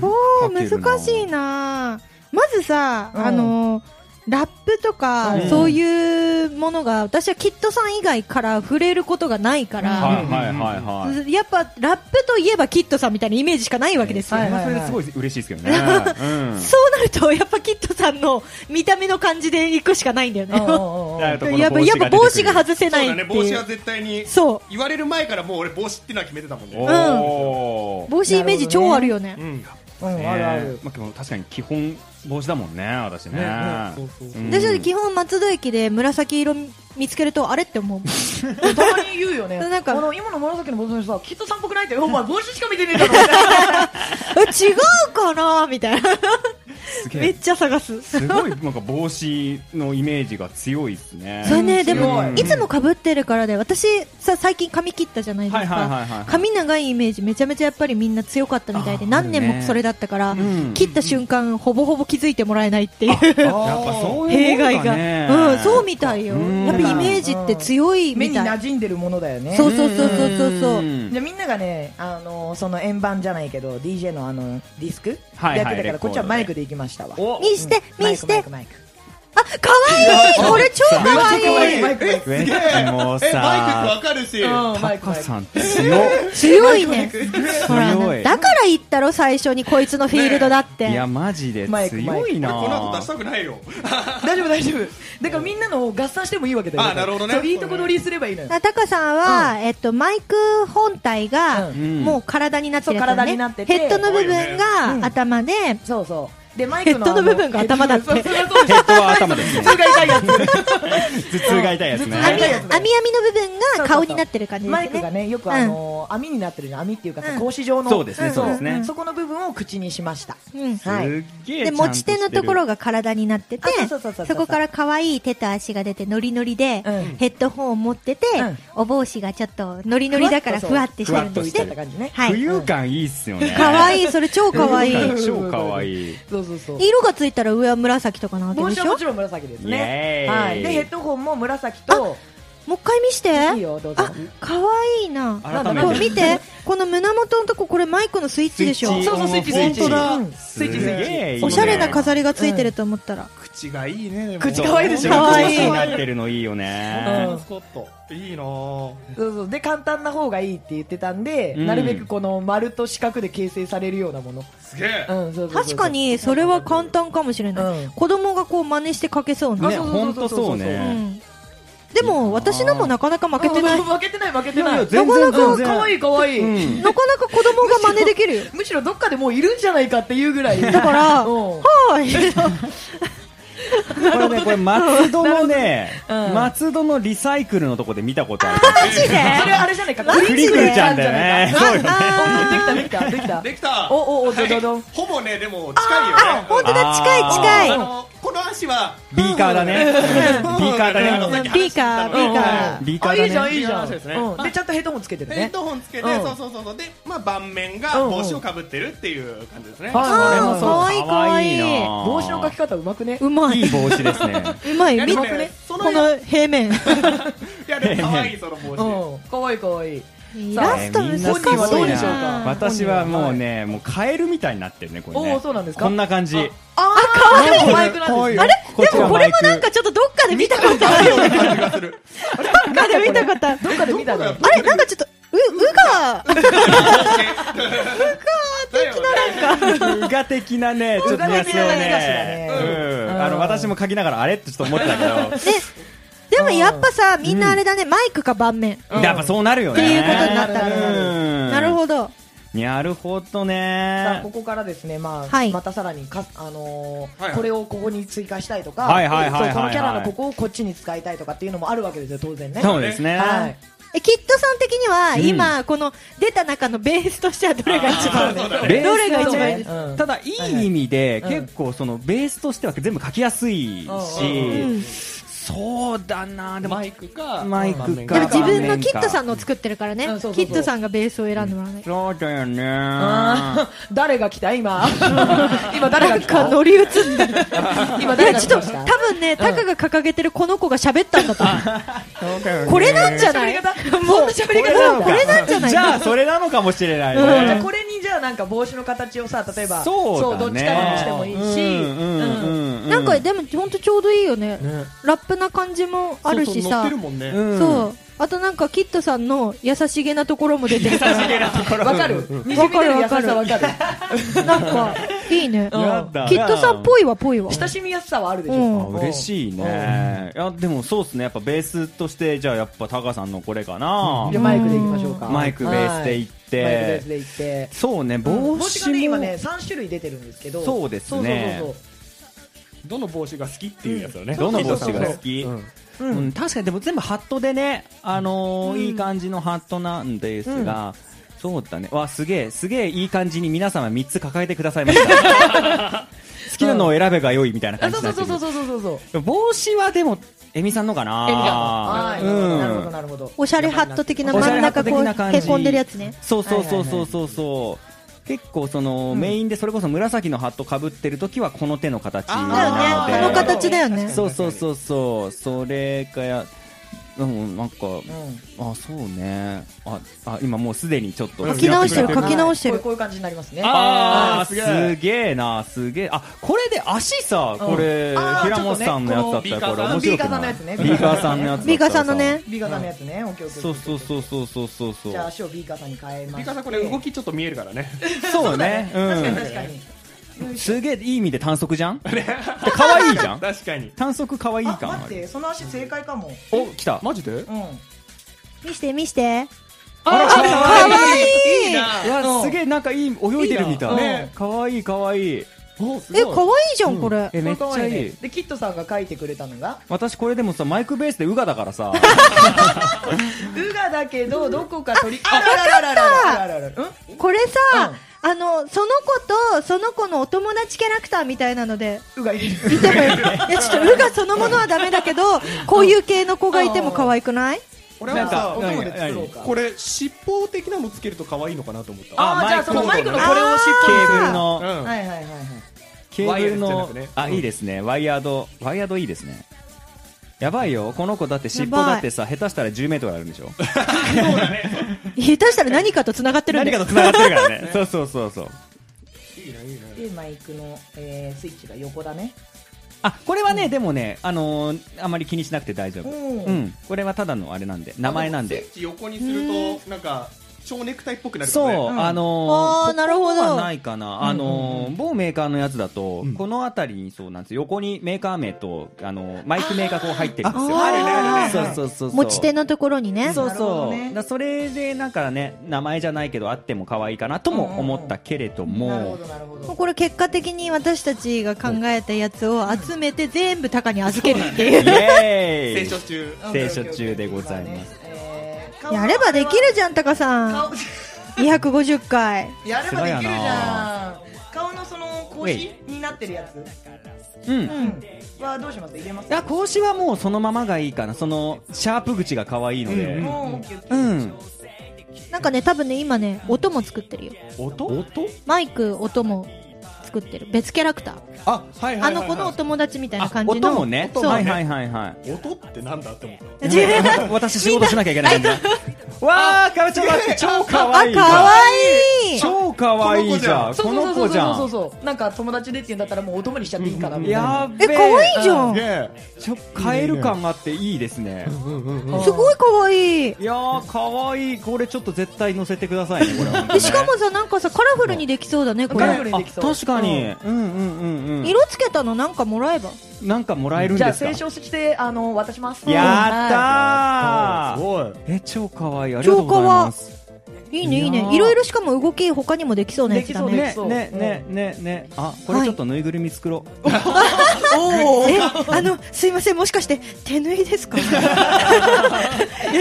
[SPEAKER 2] こう、
[SPEAKER 4] 書けるな
[SPEAKER 2] 難しいなまずさ、
[SPEAKER 3] うん
[SPEAKER 2] あの、ラップとか、
[SPEAKER 3] うん
[SPEAKER 2] そういうものが、私はキットさん以外から触れることがないか
[SPEAKER 4] はい
[SPEAKER 2] ら、
[SPEAKER 4] はいはいはい。
[SPEAKER 2] やっぱラップといえばキットさんみたいなイメージしかないわけですよ。
[SPEAKER 3] はいはいはい
[SPEAKER 4] それですごい嬉しいですけどね。 う ん
[SPEAKER 2] そうなると、やっぱキットさんの見た目の感じで行くしかないんだよね。
[SPEAKER 4] だからこ の
[SPEAKER 2] やっぱ、やっぱ帽子が外せな
[SPEAKER 5] そう
[SPEAKER 2] い
[SPEAKER 5] だ
[SPEAKER 2] っ
[SPEAKER 5] ね
[SPEAKER 2] て
[SPEAKER 5] 帽
[SPEAKER 2] い
[SPEAKER 5] 子
[SPEAKER 2] う
[SPEAKER 5] は。絶対に
[SPEAKER 2] そ
[SPEAKER 5] 言われる前からもう俺帽子っていうのは決めてたもんね
[SPEAKER 4] おー
[SPEAKER 2] う。帽子イメージ超あるよね。
[SPEAKER 5] うん
[SPEAKER 3] うんうん
[SPEAKER 4] ね
[SPEAKER 3] あるある
[SPEAKER 4] まあ、でも確かに基本帽子だもんね、私ね。
[SPEAKER 5] ねそうそうそう
[SPEAKER 4] うん
[SPEAKER 2] 私は基本松戸駅で紫色見つけるとあれって思 う。
[SPEAKER 3] たまに言うよね
[SPEAKER 2] なんか
[SPEAKER 3] あの今の紫のボトルさきっと散歩くないってお前帽子しか見てね えだろ
[SPEAKER 2] え違うかなみたいな。
[SPEAKER 4] すげ
[SPEAKER 2] め
[SPEAKER 4] え
[SPEAKER 2] っ。ちゃ探す。そ
[SPEAKER 4] すごいなんか帽子のイメージが強いですね。
[SPEAKER 2] れね、で
[SPEAKER 3] ご
[SPEAKER 2] も、
[SPEAKER 3] い
[SPEAKER 2] いつも被ってるからで、私さ、最近髪切ったじゃないです
[SPEAKER 4] はいはいはいは
[SPEAKER 2] か
[SPEAKER 4] い。
[SPEAKER 2] 髪長いイメージめちゃめちゃやっぱりみんな強かったみたいで、何年もそれだったから
[SPEAKER 4] ん、
[SPEAKER 2] 切った瞬間ほぼほぼ気づいてもらえないっていう。
[SPEAKER 4] やっぱそうい
[SPEAKER 2] 弊
[SPEAKER 4] うもん
[SPEAKER 2] 害
[SPEAKER 4] かね
[SPEAKER 2] が。うん、そうみたいよ。
[SPEAKER 4] うん
[SPEAKER 2] やっぱイメージって強い
[SPEAKER 3] 目
[SPEAKER 2] み
[SPEAKER 3] に
[SPEAKER 2] た
[SPEAKER 3] 馴
[SPEAKER 2] い。
[SPEAKER 3] 染んでるものだよね
[SPEAKER 2] そうそうそうそうそうそうう。
[SPEAKER 4] ん
[SPEAKER 3] じゃあみんながね、あのその円盤じゃないけど DJ のあのディスク、
[SPEAKER 4] はいはい
[SPEAKER 3] やってたから
[SPEAKER 4] レコードで
[SPEAKER 3] こっちはマイクで行きましたわ
[SPEAKER 4] お
[SPEAKER 2] 見して、
[SPEAKER 3] マイ
[SPEAKER 2] 見し
[SPEAKER 3] クマ
[SPEAKER 2] て
[SPEAKER 3] イク。マイク
[SPEAKER 2] あ、可愛い これ超可愛い
[SPEAKER 3] マイクマイクマイク
[SPEAKER 4] えもう
[SPEAKER 5] えマイクって
[SPEAKER 4] さ
[SPEAKER 5] わかるし、
[SPEAKER 3] うんマイクマ
[SPEAKER 4] 高
[SPEAKER 3] イク
[SPEAKER 4] さん強っ
[SPEAKER 2] 強いね。ほら
[SPEAKER 4] 強い
[SPEAKER 2] だから言ったろ、最初にこいつのフィールドだって。
[SPEAKER 4] いやマジで
[SPEAKER 3] マイクマイク
[SPEAKER 4] 強いな
[SPEAKER 5] この後出したくないよ
[SPEAKER 3] 大丈夫大丈夫だからみんなのを合算してもいいわけだよ
[SPEAKER 5] あなるほどね
[SPEAKER 3] そういいとこ取りすればいいのよ
[SPEAKER 2] タカさんは、えっと、マイク本体が、
[SPEAKER 3] うん
[SPEAKER 2] もう体になってるやつだね
[SPEAKER 3] そう体になってて
[SPEAKER 2] ヘッドの部分
[SPEAKER 5] か
[SPEAKER 2] が頭で、
[SPEAKER 3] そうそでマイクの
[SPEAKER 2] ヘッドの部分が頭だって
[SPEAKER 3] そうそうそう
[SPEAKER 4] ヘッドは頭ですね
[SPEAKER 3] 頭痛が痛いや
[SPEAKER 4] 頭痛が痛いやつね
[SPEAKER 3] 頭痛
[SPEAKER 2] 網
[SPEAKER 3] が痛
[SPEAKER 2] 網
[SPEAKER 3] いや
[SPEAKER 2] 網の部分が顔になってる感
[SPEAKER 3] つ
[SPEAKER 2] じですね
[SPEAKER 3] マイクがねよくあのー網になってるじゃん網っていうか
[SPEAKER 2] う
[SPEAKER 3] さ
[SPEAKER 2] ん
[SPEAKER 3] 格子状の
[SPEAKER 4] そうですねそうです
[SPEAKER 2] う
[SPEAKER 4] ね
[SPEAKER 2] ん
[SPEAKER 3] そこの部分を口にしました
[SPEAKER 2] うん
[SPEAKER 3] はい
[SPEAKER 4] すっげえ
[SPEAKER 2] で持ち手のところが体になってて
[SPEAKER 3] あそうそうそうそう
[SPEAKER 2] そこから可愛い手と足が出てノリノリで、
[SPEAKER 3] うん
[SPEAKER 2] ヘッドホンを持ってて、
[SPEAKER 3] うん
[SPEAKER 2] お帽子がちょっとノリノリだからふわってしてるんです
[SPEAKER 4] ふ
[SPEAKER 2] ね
[SPEAKER 4] わっとしてる
[SPEAKER 3] 感じね
[SPEAKER 2] はい
[SPEAKER 4] 浮遊感いいっすよね
[SPEAKER 2] 可愛いそれ超可愛い
[SPEAKER 4] 浮遊感超可愛い
[SPEAKER 3] そうそうそう
[SPEAKER 2] 色がついたら上は紫とかなわけ
[SPEAKER 3] 帽
[SPEAKER 2] でし
[SPEAKER 3] 子は
[SPEAKER 2] ょ
[SPEAKER 3] もちろん紫です
[SPEAKER 4] イエー
[SPEAKER 3] ね
[SPEAKER 4] イ
[SPEAKER 3] はいでヘッドホンも紫と
[SPEAKER 2] もう一回見して
[SPEAKER 3] いいよどうぞ
[SPEAKER 2] あ可愛いな
[SPEAKER 4] 改めて
[SPEAKER 2] こう見てこの胸元のとここれマイクのスイッチでしょ
[SPEAKER 4] スイッチ
[SPEAKER 3] そうそうスイッチスイッチ
[SPEAKER 4] 本当だ
[SPEAKER 3] うんスイッチスイ
[SPEAKER 4] すげえい
[SPEAKER 3] ッ
[SPEAKER 4] い
[SPEAKER 3] チ
[SPEAKER 4] ね
[SPEAKER 2] おしゃれな飾りがついてると思ったら、
[SPEAKER 5] 口がいいねでも
[SPEAKER 3] 口可愛いでしょ
[SPEAKER 2] 可愛い
[SPEAKER 4] 口になってるのいいよね
[SPEAKER 3] う
[SPEAKER 5] スコットいいなぁ
[SPEAKER 3] そうそうで簡単な方がいいって言ってたんで、
[SPEAKER 4] うん
[SPEAKER 3] なるべくこの丸と四角で形成されるようなもの、
[SPEAKER 5] すげえ
[SPEAKER 3] うん、そうそうそうそう
[SPEAKER 2] 確かにそれは簡単かもしれない、
[SPEAKER 3] うん
[SPEAKER 2] 子供がこう真似してかけそうな、
[SPEAKER 4] ね
[SPEAKER 3] あそうそうそう
[SPEAKER 4] 本当そう
[SPEAKER 2] う
[SPEAKER 4] ね
[SPEAKER 2] ん、でも私のもなかなか負けてない
[SPEAKER 3] あ
[SPEAKER 2] なか
[SPEAKER 3] 負けてない負けてない
[SPEAKER 4] いや
[SPEAKER 3] な
[SPEAKER 4] いや全
[SPEAKER 3] かな
[SPEAKER 4] 然
[SPEAKER 3] か
[SPEAKER 4] 全然
[SPEAKER 3] 可愛い可愛い、
[SPEAKER 4] うん
[SPEAKER 2] なか子供が真似できる よ
[SPEAKER 3] むしろどっかでもういるんじゃないかっていうぐらい
[SPEAKER 2] だから
[SPEAKER 3] うん
[SPEAKER 2] は ーい
[SPEAKER 4] これねこれ松戸のね
[SPEAKER 3] うん
[SPEAKER 4] 松戸のリサイクルのとこで見たことある
[SPEAKER 2] マジで
[SPEAKER 3] それあれじゃないか
[SPEAKER 2] マジで
[SPEAKER 4] クリクリちゃんだよね
[SPEAKER 3] クリクリちゃんじゃないか
[SPEAKER 2] ああ
[SPEAKER 3] あできたできたできた
[SPEAKER 5] できた
[SPEAKER 3] おおおどどど
[SPEAKER 5] はいほぼねでも近いよね
[SPEAKER 2] 本当だ近い近い
[SPEAKER 5] あのこの足は
[SPEAKER 4] ビーカーだねビーカーだね
[SPEAKER 5] あのさっき話してたの
[SPEAKER 2] ビーカー
[SPEAKER 4] ビーカーだね
[SPEAKER 3] あいいじゃんいいじゃん
[SPEAKER 5] ビーカーですね
[SPEAKER 3] うんでちゃんとヘッドホンつけてる
[SPEAKER 5] ヘッ
[SPEAKER 3] ね
[SPEAKER 5] ドホンつけて、
[SPEAKER 3] うん
[SPEAKER 5] そうそうそうそうで、まあ、盤面が
[SPEAKER 3] うんうん
[SPEAKER 5] 帽子をかぶってるっていう感じですね、
[SPEAKER 3] はい
[SPEAKER 4] これも
[SPEAKER 2] あ
[SPEAKER 4] そう
[SPEAKER 2] かわいいかわいい
[SPEAKER 4] 可愛な
[SPEAKER 3] 帽子のかき方うまくね
[SPEAKER 2] うま
[SPEAKER 4] いい
[SPEAKER 2] い
[SPEAKER 4] 帽子ですね
[SPEAKER 2] うまい
[SPEAKER 5] や
[SPEAKER 2] 見
[SPEAKER 5] で
[SPEAKER 2] て
[SPEAKER 5] も
[SPEAKER 2] ね
[SPEAKER 5] ねその
[SPEAKER 2] この平 面
[SPEAKER 5] いやでも可愛いその帽子、
[SPEAKER 3] うん可愛い可愛い
[SPEAKER 2] イラスト難しいな
[SPEAKER 3] 本人はどうでしょうか
[SPEAKER 4] 私はもうね、もうカエルみたいになってるね、これね。
[SPEAKER 3] おーそうなんですか
[SPEAKER 4] こんな感じ。
[SPEAKER 3] あ
[SPEAKER 5] 可愛い
[SPEAKER 3] マイクなんですね
[SPEAKER 5] 可愛いあれ
[SPEAKER 4] こち
[SPEAKER 2] で
[SPEAKER 4] ら
[SPEAKER 2] もこれ
[SPEAKER 4] マイ
[SPEAKER 2] も
[SPEAKER 4] ク
[SPEAKER 2] なんかちょっとどっかで見たことある
[SPEAKER 5] ような感じがする
[SPEAKER 2] どっかで見たことある
[SPEAKER 3] どっかで見たの
[SPEAKER 5] どこ
[SPEAKER 2] あれなんかちょっとううが
[SPEAKER 5] だよね
[SPEAKER 4] うが的なね、ちょっとニュアン
[SPEAKER 3] うが的なニュア
[SPEAKER 4] スをね
[SPEAKER 3] スだね
[SPEAKER 4] う
[SPEAKER 3] うん
[SPEAKER 4] んあの、私も書きながら、あれってちょっと思ったけど、
[SPEAKER 2] えでもやっぱさみんなあれだねマイクか盤面
[SPEAKER 3] うん
[SPEAKER 4] やっぱそうなるよね。
[SPEAKER 2] っていうことになったらな
[SPEAKER 4] な
[SPEAKER 2] る
[SPEAKER 4] ど。
[SPEAKER 2] ほど
[SPEAKER 4] なるほど
[SPEAKER 3] さあ
[SPEAKER 4] ね
[SPEAKER 3] こ。こからですね、まあ
[SPEAKER 2] はい
[SPEAKER 3] またさらにか、あのー
[SPEAKER 5] はいはい
[SPEAKER 3] これをここに追加したいとか、
[SPEAKER 4] はいはいはいはいはい
[SPEAKER 3] そうこのキャラのここをこっちに使いたいとかっていうのもあるわけですよ、当然ね。
[SPEAKER 4] そうですね。
[SPEAKER 3] はい、
[SPEAKER 2] えキッドさん的には
[SPEAKER 4] うん
[SPEAKER 2] 今この出た中のベースとしてはどれが一番
[SPEAKER 5] あーそうだね
[SPEAKER 4] ベース
[SPEAKER 2] どれが一番いいです
[SPEAKER 3] うん
[SPEAKER 4] ただいい意味で、
[SPEAKER 3] はいはい
[SPEAKER 4] 結構そのベースとしては全部書きやすいし、
[SPEAKER 3] うん
[SPEAKER 2] うんうん
[SPEAKER 4] そうだなでも
[SPEAKER 5] マイクか
[SPEAKER 4] マイクか
[SPEAKER 5] 盤面
[SPEAKER 2] でも自分
[SPEAKER 4] 盤
[SPEAKER 2] の
[SPEAKER 4] 面
[SPEAKER 2] キ
[SPEAKER 4] か
[SPEAKER 2] ッドさんのを作ってるからね
[SPEAKER 3] うんそうそう
[SPEAKER 2] キ
[SPEAKER 3] そう
[SPEAKER 2] ッドさんがベースを選んでもらわない
[SPEAKER 4] そうだよね
[SPEAKER 3] あー誰が来た今今誰
[SPEAKER 2] な
[SPEAKER 3] が
[SPEAKER 2] ん
[SPEAKER 3] 来
[SPEAKER 2] か
[SPEAKER 3] た
[SPEAKER 2] 乗り移ったい
[SPEAKER 3] 今誰
[SPEAKER 2] や
[SPEAKER 3] が
[SPEAKER 2] ち
[SPEAKER 3] 来
[SPEAKER 2] ょっ
[SPEAKER 3] ま
[SPEAKER 2] と
[SPEAKER 3] した
[SPEAKER 2] 多分ねタカが掲げてるこの子が喋ったんだと思うこれなんじゃないもうもうこれなんじゃない
[SPEAKER 4] じゃあそれなのかもしれない
[SPEAKER 3] うんじゃあ
[SPEAKER 4] ね
[SPEAKER 3] これにじゃあなんか帽子の形をさ例えば
[SPEAKER 4] そ
[SPEAKER 3] ど
[SPEAKER 4] うだ
[SPEAKER 3] っ
[SPEAKER 4] ね
[SPEAKER 3] ちかにしてもいいし、う
[SPEAKER 4] うんうん
[SPEAKER 3] ん
[SPEAKER 4] うんうん
[SPEAKER 2] なんかでも本当ちょうどいいよね
[SPEAKER 3] ね
[SPEAKER 2] ラップな感じもあるし
[SPEAKER 5] そうそう乗っ
[SPEAKER 2] さ
[SPEAKER 5] てるもんね、
[SPEAKER 4] うん
[SPEAKER 2] そうあとなんかキッドさんの優しげなところも出てるから
[SPEAKER 3] わかるにじみ出る優しさわかる
[SPEAKER 2] なんかいいね
[SPEAKER 3] うん
[SPEAKER 4] やだ
[SPEAKER 2] キッドさんっぽいはぽいわ
[SPEAKER 3] 親しみやすさはあるでしょ、
[SPEAKER 2] うん
[SPEAKER 4] あ嬉しいねいやでもそうですねやっぱベースとしてじゃあやっぱタカさんのこれかな
[SPEAKER 3] じゃあマイクでいきましょうか
[SPEAKER 4] マイクベースでい
[SPEAKER 3] はいマイ
[SPEAKER 4] っ
[SPEAKER 3] クベー
[SPEAKER 4] て
[SPEAKER 3] スでいって
[SPEAKER 4] そうね帽
[SPEAKER 3] 帽子
[SPEAKER 4] 子
[SPEAKER 3] がね
[SPEAKER 4] も
[SPEAKER 3] 今ね3種類出てるんですけど
[SPEAKER 4] そうですね
[SPEAKER 3] そうそう
[SPEAKER 5] どの帽子が好きっていうやつだね、
[SPEAKER 4] どの帽子が好き
[SPEAKER 3] そ
[SPEAKER 5] うん
[SPEAKER 3] うそう、う
[SPEAKER 4] うんん、確かにでも全部ハットでね、あのーいい感じのハットなんですが、そうだねわすげえすげえいい感じに皆様3つ抱えてくださいました 好きなのを選べばよいみたいな
[SPEAKER 3] あ
[SPEAKER 4] 感じ
[SPEAKER 3] そう
[SPEAKER 4] になって
[SPEAKER 3] そう
[SPEAKER 4] る
[SPEAKER 3] そうそうそうそうそう
[SPEAKER 4] 帽子はでもえみさんのか
[SPEAKER 3] は、
[SPEAKER 4] ないうん
[SPEAKER 3] なるほどなるほど
[SPEAKER 2] おしゃれハット的な
[SPEAKER 4] おしゃ
[SPEAKER 2] 真ん
[SPEAKER 4] れハッ
[SPEAKER 2] 中
[SPEAKER 4] ト的
[SPEAKER 2] こう
[SPEAKER 4] な感じ
[SPEAKER 2] へこんでるやつね
[SPEAKER 4] そうそうそう
[SPEAKER 3] はいはい
[SPEAKER 4] そ
[SPEAKER 3] は
[SPEAKER 4] う
[SPEAKER 3] い
[SPEAKER 4] そうそう結構その、メインでそれこそ紫のハットかぶってる時はこの手の形なの
[SPEAKER 2] だよ
[SPEAKER 4] で
[SPEAKER 2] ねこの形だよね
[SPEAKER 4] そうそうそうそうそれかやでもなんか、
[SPEAKER 3] うん
[SPEAKER 4] あそうねああ今もうすでにちょっと
[SPEAKER 2] 書き直してる
[SPEAKER 4] あ
[SPEAKER 2] 書き直してる
[SPEAKER 3] はいこういうこういう感じになりますね
[SPEAKER 4] あー
[SPEAKER 5] あー
[SPEAKER 4] すげえなすげえあこれで足さ
[SPEAKER 3] うん
[SPEAKER 4] これ、
[SPEAKER 3] あー
[SPEAKER 4] 平本さんのやつだった
[SPEAKER 5] ちょっとね
[SPEAKER 4] らこれ
[SPEAKER 5] こ
[SPEAKER 4] 面
[SPEAKER 5] の
[SPEAKER 4] 白く
[SPEAKER 3] ビーカーさんのや
[SPEAKER 4] ない
[SPEAKER 3] つね
[SPEAKER 4] ビーカーさんのやつだったらさ
[SPEAKER 2] ビーカーさんのね
[SPEAKER 3] ビーガーさんのやつね、オッケーオッケー
[SPEAKER 4] そうそうそうそうそうそうそう
[SPEAKER 3] じゃあ足をビーガーさんに変えます
[SPEAKER 5] ピカさんこれ動きちょっと見えるからね
[SPEAKER 4] そうね
[SPEAKER 3] 確かに
[SPEAKER 4] う
[SPEAKER 3] 確かに
[SPEAKER 4] んすげえいい意味で短足 じゃんで可愛いじゃん
[SPEAKER 5] 確かに
[SPEAKER 4] 短足可愛い
[SPEAKER 3] あ
[SPEAKER 4] 感
[SPEAKER 3] 待
[SPEAKER 4] あ
[SPEAKER 3] っ
[SPEAKER 4] る
[SPEAKER 3] てその足正解かも
[SPEAKER 4] お来た
[SPEAKER 5] マジで
[SPEAKER 3] うん
[SPEAKER 2] 見して見して
[SPEAKER 4] あら
[SPEAKER 2] かわいい
[SPEAKER 4] いや
[SPEAKER 3] うん
[SPEAKER 4] すげえなんかいい泳いでるみたい
[SPEAKER 3] いいなうん
[SPEAKER 4] かわいいかわいい
[SPEAKER 6] おすごい
[SPEAKER 2] え、可愛いじゃん、これ。
[SPEAKER 4] えめっち
[SPEAKER 3] これ可
[SPEAKER 4] ゃ
[SPEAKER 3] 愛
[SPEAKER 4] い
[SPEAKER 3] ね
[SPEAKER 4] い
[SPEAKER 3] でキッドさんが書いてくれたのが
[SPEAKER 4] 私これでもさマイクベースでウガだか らさ
[SPEAKER 3] ウガだけどどこか取りあらららららららららうん
[SPEAKER 2] これさ、あの、その子と、その子のお友達キャラクターみたいなので、
[SPEAKER 3] ウガ入れ
[SPEAKER 2] い
[SPEAKER 3] る
[SPEAKER 2] てもいい。いや、ちょっと、うがそのものはダメだけど、こういう系の子がいても可愛くない
[SPEAKER 3] 俺はさお
[SPEAKER 4] なんか
[SPEAKER 3] 供で作ろうか
[SPEAKER 6] これ尻尾的なのつけると可愛いのかなと思った
[SPEAKER 3] あ
[SPEAKER 4] あ
[SPEAKER 3] あじゃあそのマ
[SPEAKER 4] マ
[SPEAKER 3] イ
[SPEAKER 4] イ
[SPEAKER 3] ク
[SPEAKER 4] ク
[SPEAKER 3] の
[SPEAKER 4] の
[SPEAKER 3] これをし
[SPEAKER 4] ケ
[SPEAKER 2] あー
[SPEAKER 4] ーブルの
[SPEAKER 6] うん
[SPEAKER 3] はいはいはいはい
[SPEAKER 4] ケーブル
[SPEAKER 6] ワイヤレ
[SPEAKER 4] の
[SPEAKER 6] スじゃなくてね
[SPEAKER 4] あいいですねワイヤードワイヤードいいですねやばいよこの子だって尻尾だってさ下手したら1 0メートルあるんでしょ
[SPEAKER 2] 下手したら何かと繋がってるん
[SPEAKER 4] 何
[SPEAKER 2] で
[SPEAKER 4] か
[SPEAKER 2] す
[SPEAKER 4] と繋がってるからねそうそうそうそう
[SPEAKER 6] いいないいな
[SPEAKER 3] でマイクの、えー、スイッチが横だね
[SPEAKER 4] あこれはね、でもね、あのー、あまり気にしなくて大丈夫、
[SPEAKER 3] うん
[SPEAKER 4] うん、これはただのあれなんで名前なん
[SPEAKER 6] スイ
[SPEAKER 4] で
[SPEAKER 6] ッチ横にするとなんか蝶ネクタイっぽくなるか
[SPEAKER 4] そう、
[SPEAKER 6] らね
[SPEAKER 3] うん
[SPEAKER 4] あの
[SPEAKER 2] あ
[SPEAKER 4] ー、
[SPEAKER 2] ーなるほど
[SPEAKER 4] ここはないかな、あのー某メーカーのやつだと、この辺りにそうなんですよ横にメーカー名と、あのーマイクメーカーこう入ってるんですよ
[SPEAKER 2] ああるねある
[SPEAKER 4] そ
[SPEAKER 2] ね
[SPEAKER 4] うそうそうそう
[SPEAKER 2] 持ち手のところにね。
[SPEAKER 4] そう
[SPEAKER 3] なるほ
[SPEAKER 4] そ
[SPEAKER 3] ど
[SPEAKER 4] う、
[SPEAKER 3] ね
[SPEAKER 4] だからそれでなんかね名前じゃないけどあっても可愛いかなとも思ったけれども、
[SPEAKER 3] なるほどなるほど
[SPEAKER 2] これ結果的に私たちが考えたやつを集めて全部タカに預けるっていう。
[SPEAKER 4] イエ
[SPEAKER 6] 聖
[SPEAKER 4] ー イ
[SPEAKER 6] 書中
[SPEAKER 4] 聖書中でございます
[SPEAKER 3] す、えー
[SPEAKER 2] やればできるじゃん、タカさん。
[SPEAKER 3] 顔
[SPEAKER 2] 250回。
[SPEAKER 3] やればできるじ
[SPEAKER 4] すごいよ
[SPEAKER 3] ゃ
[SPEAKER 4] なん
[SPEAKER 3] 顔のその格子になってるやつ
[SPEAKER 4] うん
[SPEAKER 3] うんはどうします入れます
[SPEAKER 4] いや格子はもうそのままがいいかなそのシャープ口が可愛いので、
[SPEAKER 6] うん
[SPEAKER 3] もうオッケーオッケ
[SPEAKER 4] う
[SPEAKER 3] ー
[SPEAKER 4] ん。
[SPEAKER 2] なんかね、多分ね、今ね、音も作ってるよ。
[SPEAKER 4] 音音
[SPEAKER 2] マイク、音も作ってる。別キャラクター。
[SPEAKER 6] あはいはい
[SPEAKER 2] あ
[SPEAKER 6] はい
[SPEAKER 2] の子のお友達みたいな
[SPEAKER 4] あ
[SPEAKER 2] 感じの。
[SPEAKER 4] 音もね。
[SPEAKER 2] そう。
[SPEAKER 4] はいはいはいは
[SPEAKER 6] 音ってなんだって思った
[SPEAKER 4] い。私仕事しなきゃいけないんだ。わー、かわちゃん待って、超
[SPEAKER 2] あ、
[SPEAKER 4] 可
[SPEAKER 2] 可
[SPEAKER 4] 愛いじゃん。
[SPEAKER 2] 愛い
[SPEAKER 4] 超可愛いじゃん。
[SPEAKER 3] そ
[SPEAKER 4] こ
[SPEAKER 3] う
[SPEAKER 4] の
[SPEAKER 3] そう
[SPEAKER 4] 子
[SPEAKER 3] そう
[SPEAKER 4] じゃ。
[SPEAKER 3] そうんそうそうなんか友達でって言うんだったらもうお供にしちゃっていいかなみたいな
[SPEAKER 4] やっべ
[SPEAKER 2] え、
[SPEAKER 4] ー
[SPEAKER 2] 可愛いじゃん。
[SPEAKER 6] ね
[SPEAKER 4] ちょ、カエル感があっていいですね。
[SPEAKER 3] うん
[SPEAKER 2] すごい可愛い。
[SPEAKER 4] いやー、可愛い。これちょっと絶対乗せてくださいね、これはね
[SPEAKER 2] でしかもさ、なんかさ、カラフルにできそうだね、こ
[SPEAKER 3] カラフ
[SPEAKER 2] れ。
[SPEAKER 3] ルにできそう
[SPEAKER 4] あ確かに。うんうんうんうん。
[SPEAKER 2] 色つけたのなんかもらえば。
[SPEAKER 4] なんかもらえるん
[SPEAKER 3] じゃ
[SPEAKER 4] で
[SPEAKER 3] あ
[SPEAKER 4] すか
[SPEAKER 3] 清書してあの渡します
[SPEAKER 4] や
[SPEAKER 6] あ
[SPEAKER 4] った
[SPEAKER 6] す
[SPEAKER 4] ー
[SPEAKER 6] ごい
[SPEAKER 4] え、超可愛い。ありがとうございます。
[SPEAKER 2] いいね、
[SPEAKER 4] い
[SPEAKER 2] い
[SPEAKER 4] やー
[SPEAKER 2] いね。いろいろしかも動き他にもできそうなやつだ
[SPEAKER 3] できそう
[SPEAKER 2] ね。
[SPEAKER 4] ねねねねねあこれちょっとぬいぐるみ作ろう、
[SPEAKER 2] え、あの、すいません、もしかして、手縫いですかいや、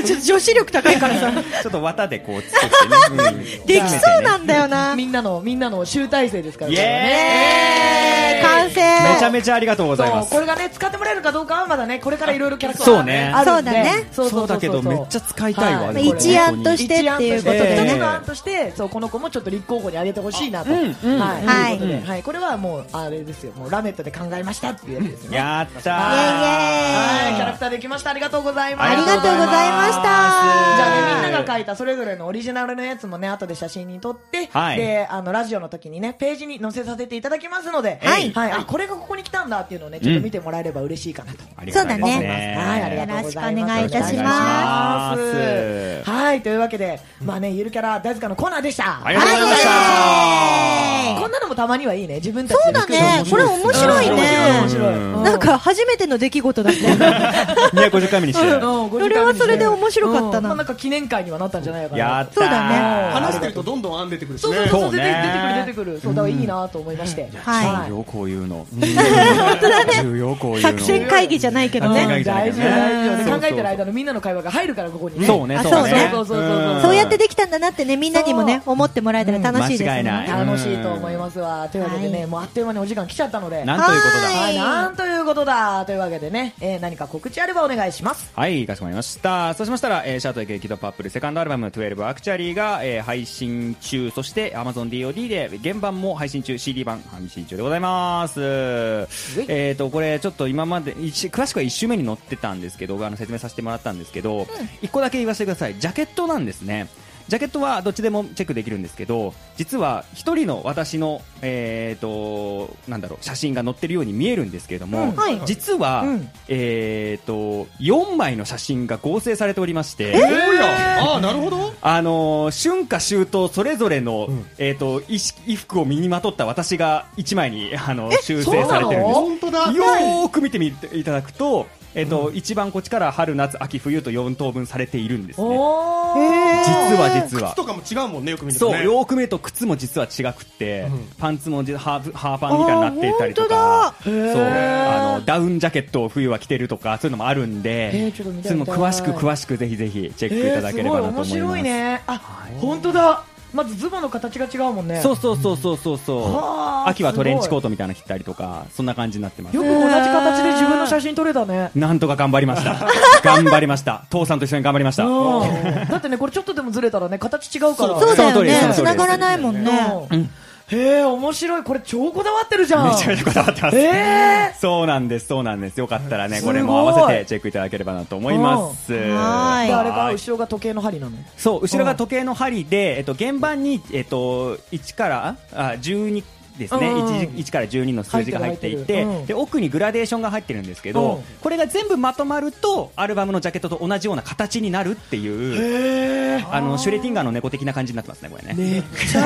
[SPEAKER 2] ちょっと女子力高いからさ。
[SPEAKER 4] ちょっと綿でこう作ってね、うん
[SPEAKER 2] できそうなんだよ な。
[SPEAKER 3] みんなのみんなの集大成ですから
[SPEAKER 4] イ
[SPEAKER 3] これはね
[SPEAKER 4] エーイ
[SPEAKER 2] 完成
[SPEAKER 4] めちゃめちゃありがとうござい
[SPEAKER 3] そう
[SPEAKER 4] ま
[SPEAKER 3] こ
[SPEAKER 4] す
[SPEAKER 3] れがね使ってもらえるかどうかはまだねこれからいろいろキャラクター
[SPEAKER 4] そうね
[SPEAKER 3] あるん
[SPEAKER 2] そ
[SPEAKER 3] で
[SPEAKER 2] うだね
[SPEAKER 3] そうそうそうそう
[SPEAKER 4] そうだけどめっちゃ使いたいわ
[SPEAKER 3] は
[SPEAKER 4] で
[SPEAKER 3] これ
[SPEAKER 4] もね
[SPEAKER 3] ね
[SPEAKER 2] 一案としてっていうことで
[SPEAKER 3] 一
[SPEAKER 2] ね
[SPEAKER 3] つ。の案としてそうこの子もちょっと立候補にあげてほしいなと、
[SPEAKER 4] うんうん
[SPEAKER 3] はい
[SPEAKER 2] はい
[SPEAKER 3] ということで
[SPEAKER 4] うん
[SPEAKER 3] はいこれはもうあれですよもうラメットで考えましたっていうやつですね
[SPEAKER 4] やったー
[SPEAKER 3] はいキャラク
[SPEAKER 4] あ
[SPEAKER 3] ターできましたありがとうございます
[SPEAKER 2] ありがとうございました。
[SPEAKER 3] じゃあね、
[SPEAKER 4] あ
[SPEAKER 3] みんなが書いたそれぞれのオリジナルのやつもね、後で写真に撮って、
[SPEAKER 4] はい
[SPEAKER 3] で、あの、ラジオの時にね、ページに載せさせていただきますので、
[SPEAKER 2] はい
[SPEAKER 3] あ、これがここに来たんだっていうのをね、ちょっと見てもらえれば嬉しいかなと。
[SPEAKER 4] りがたいです
[SPEAKER 2] そうだ
[SPEAKER 3] ねはいありがとうございます
[SPEAKER 2] よろしくお願いいたし
[SPEAKER 4] ま
[SPEAKER 3] お願
[SPEAKER 4] す
[SPEAKER 3] いしますはい、というわけで、まあね、ゆるキャラ大塚のコーナーでした。
[SPEAKER 4] ありがとうございました
[SPEAKER 2] はい
[SPEAKER 3] こんなのもたまにはいいね、自分たち
[SPEAKER 2] そう
[SPEAKER 3] で
[SPEAKER 2] だ
[SPEAKER 3] 作る
[SPEAKER 2] ね、これ面白い
[SPEAKER 3] 面白い、面
[SPEAKER 2] ね。
[SPEAKER 3] 白い。
[SPEAKER 2] なんか初めての出来事だ ね。
[SPEAKER 4] 250回目にして
[SPEAKER 3] うん、うん
[SPEAKER 2] それはそれで面白かったな
[SPEAKER 3] うんまあなんか記念会にはなったんじゃないかな。
[SPEAKER 4] やったー
[SPEAKER 2] そうだね
[SPEAKER 6] 話してるとどんどん編んでてくるし
[SPEAKER 3] そう
[SPEAKER 6] ね
[SPEAKER 3] そうそう、出て
[SPEAKER 4] ね
[SPEAKER 3] 出てくる出てくる。そう、だからいいなと思いまして。
[SPEAKER 2] はい
[SPEAKER 4] 重要こういうの
[SPEAKER 2] 本当だね。
[SPEAKER 4] 重要こういうの
[SPEAKER 2] 作戦会議じゃないけど
[SPEAKER 4] 作
[SPEAKER 2] ね
[SPEAKER 4] 戦。
[SPEAKER 3] 大事大事
[SPEAKER 4] ね
[SPEAKER 3] 考えてる間のみんなの会話が入るからここに
[SPEAKER 4] そうね
[SPEAKER 2] あ
[SPEAKER 4] そうね
[SPEAKER 3] そうそうそうそう
[SPEAKER 4] うん
[SPEAKER 2] そうやってできたんだなってね、みんなにもね、思ってもらえたら楽しいです
[SPEAKER 4] 間違いな
[SPEAKER 2] ね。
[SPEAKER 3] 楽しいと思いますわというわけでね、
[SPEAKER 2] はい
[SPEAKER 3] もうあっという間にお時間来ちゃったので
[SPEAKER 4] なんということだ
[SPEAKER 2] は
[SPEAKER 3] はいいなんということだというわけでね、えー何か告知あればお願いします
[SPEAKER 4] はい、かしこまりました。そうしましたら、えーシャートや劇ドパープルセカンドアルバム12アクチャリーが、えー配信中、そして Amazon DOD で現版も配信中、CD 版配信中でございます。えっと、これちょっと今まで、一詳しくは1周目に載ってたんですけど、あの説明させてもらったんですけど、一1個だけ言わせてください。ジャケットなんですね。ジャケットはどっちでもチェックできるんですけど、実は一人の私の、えっ、と、なんだろう、写真が載ってるように見えるんですけども、
[SPEAKER 3] うん
[SPEAKER 2] はい
[SPEAKER 4] 実は、
[SPEAKER 3] うん
[SPEAKER 4] えっ、と、4枚の写真が合成されておりまして、
[SPEAKER 6] おやあなるほど
[SPEAKER 4] あのー春夏秋冬それぞれの、えっ、と、衣し衣服を身にまとった私が1枚に、あの、修正されてるんです。
[SPEAKER 3] そうなの
[SPEAKER 6] 本当だ
[SPEAKER 4] よーく見てみていただくと、えっと、一番こっちから春、夏、秋、冬と4等分されているんですね。
[SPEAKER 3] おー、
[SPEAKER 4] 実は実は
[SPEAKER 6] 靴。とかも違うもんねよく見ると
[SPEAKER 4] そう、
[SPEAKER 6] ね
[SPEAKER 4] よーく見ると靴も実は違くって、パンツもじハーフハーパンみたいになっていたりと
[SPEAKER 2] あ
[SPEAKER 4] か、
[SPEAKER 2] ー
[SPEAKER 4] そう、あの、ダウンジャケットを冬は着てるとか、そういうのもあるん
[SPEAKER 3] え
[SPEAKER 4] で
[SPEAKER 3] ー、ちょっと見たい
[SPEAKER 4] そういうのも詳しく
[SPEAKER 3] 見たい
[SPEAKER 4] 詳しくぜひぜひチェックいただけれ
[SPEAKER 3] え
[SPEAKER 4] ば
[SPEAKER 3] ー
[SPEAKER 4] なと思います。
[SPEAKER 3] すごい面白いねあ本当だまずズボンの形が違うもんね
[SPEAKER 4] そうそうそうそうそうそう。
[SPEAKER 3] はあ
[SPEAKER 4] 秋はトレンチコートみたいなの着たりとか、そんな感じになってます
[SPEAKER 3] よ。く同じ形で自分の写真撮れたね
[SPEAKER 4] なんとか頑張りました。 頑張りました。父さんと一緒に頑張りました。
[SPEAKER 3] うん だってねこれちょっとでもずれたらね形違うから
[SPEAKER 2] そうだ
[SPEAKER 4] その通
[SPEAKER 2] よ
[SPEAKER 4] りですそ
[SPEAKER 2] ね。繋
[SPEAKER 4] の通りです
[SPEAKER 2] がらないもんね。
[SPEAKER 3] うんへえ面白いこれ超こだわってるじゃん
[SPEAKER 4] めちゃめちゃこだわってます。
[SPEAKER 3] え
[SPEAKER 4] そうなんです、そうなんです。よかったらね、
[SPEAKER 3] ご
[SPEAKER 4] こ
[SPEAKER 3] い
[SPEAKER 4] れも合わせてチェックいただければなと思います。
[SPEAKER 2] んは
[SPEAKER 3] であれか
[SPEAKER 4] はい
[SPEAKER 3] 後ろが時計の針なの
[SPEAKER 4] そう、後ろが時計の針で、えっと、現場に、えっと、1から、あ、12、ですね、
[SPEAKER 3] うん
[SPEAKER 4] 1, から12の数字が入っていて
[SPEAKER 3] 入ってる入ってるうん
[SPEAKER 4] で奥にグラデーションが入ってるんですけど、
[SPEAKER 3] うん
[SPEAKER 4] これが全部まとまるとアルバムのジャケットと同じような形になるっていうあのシュレティンガーの猫的な感じになってますねこれね
[SPEAKER 3] めっちゃめっち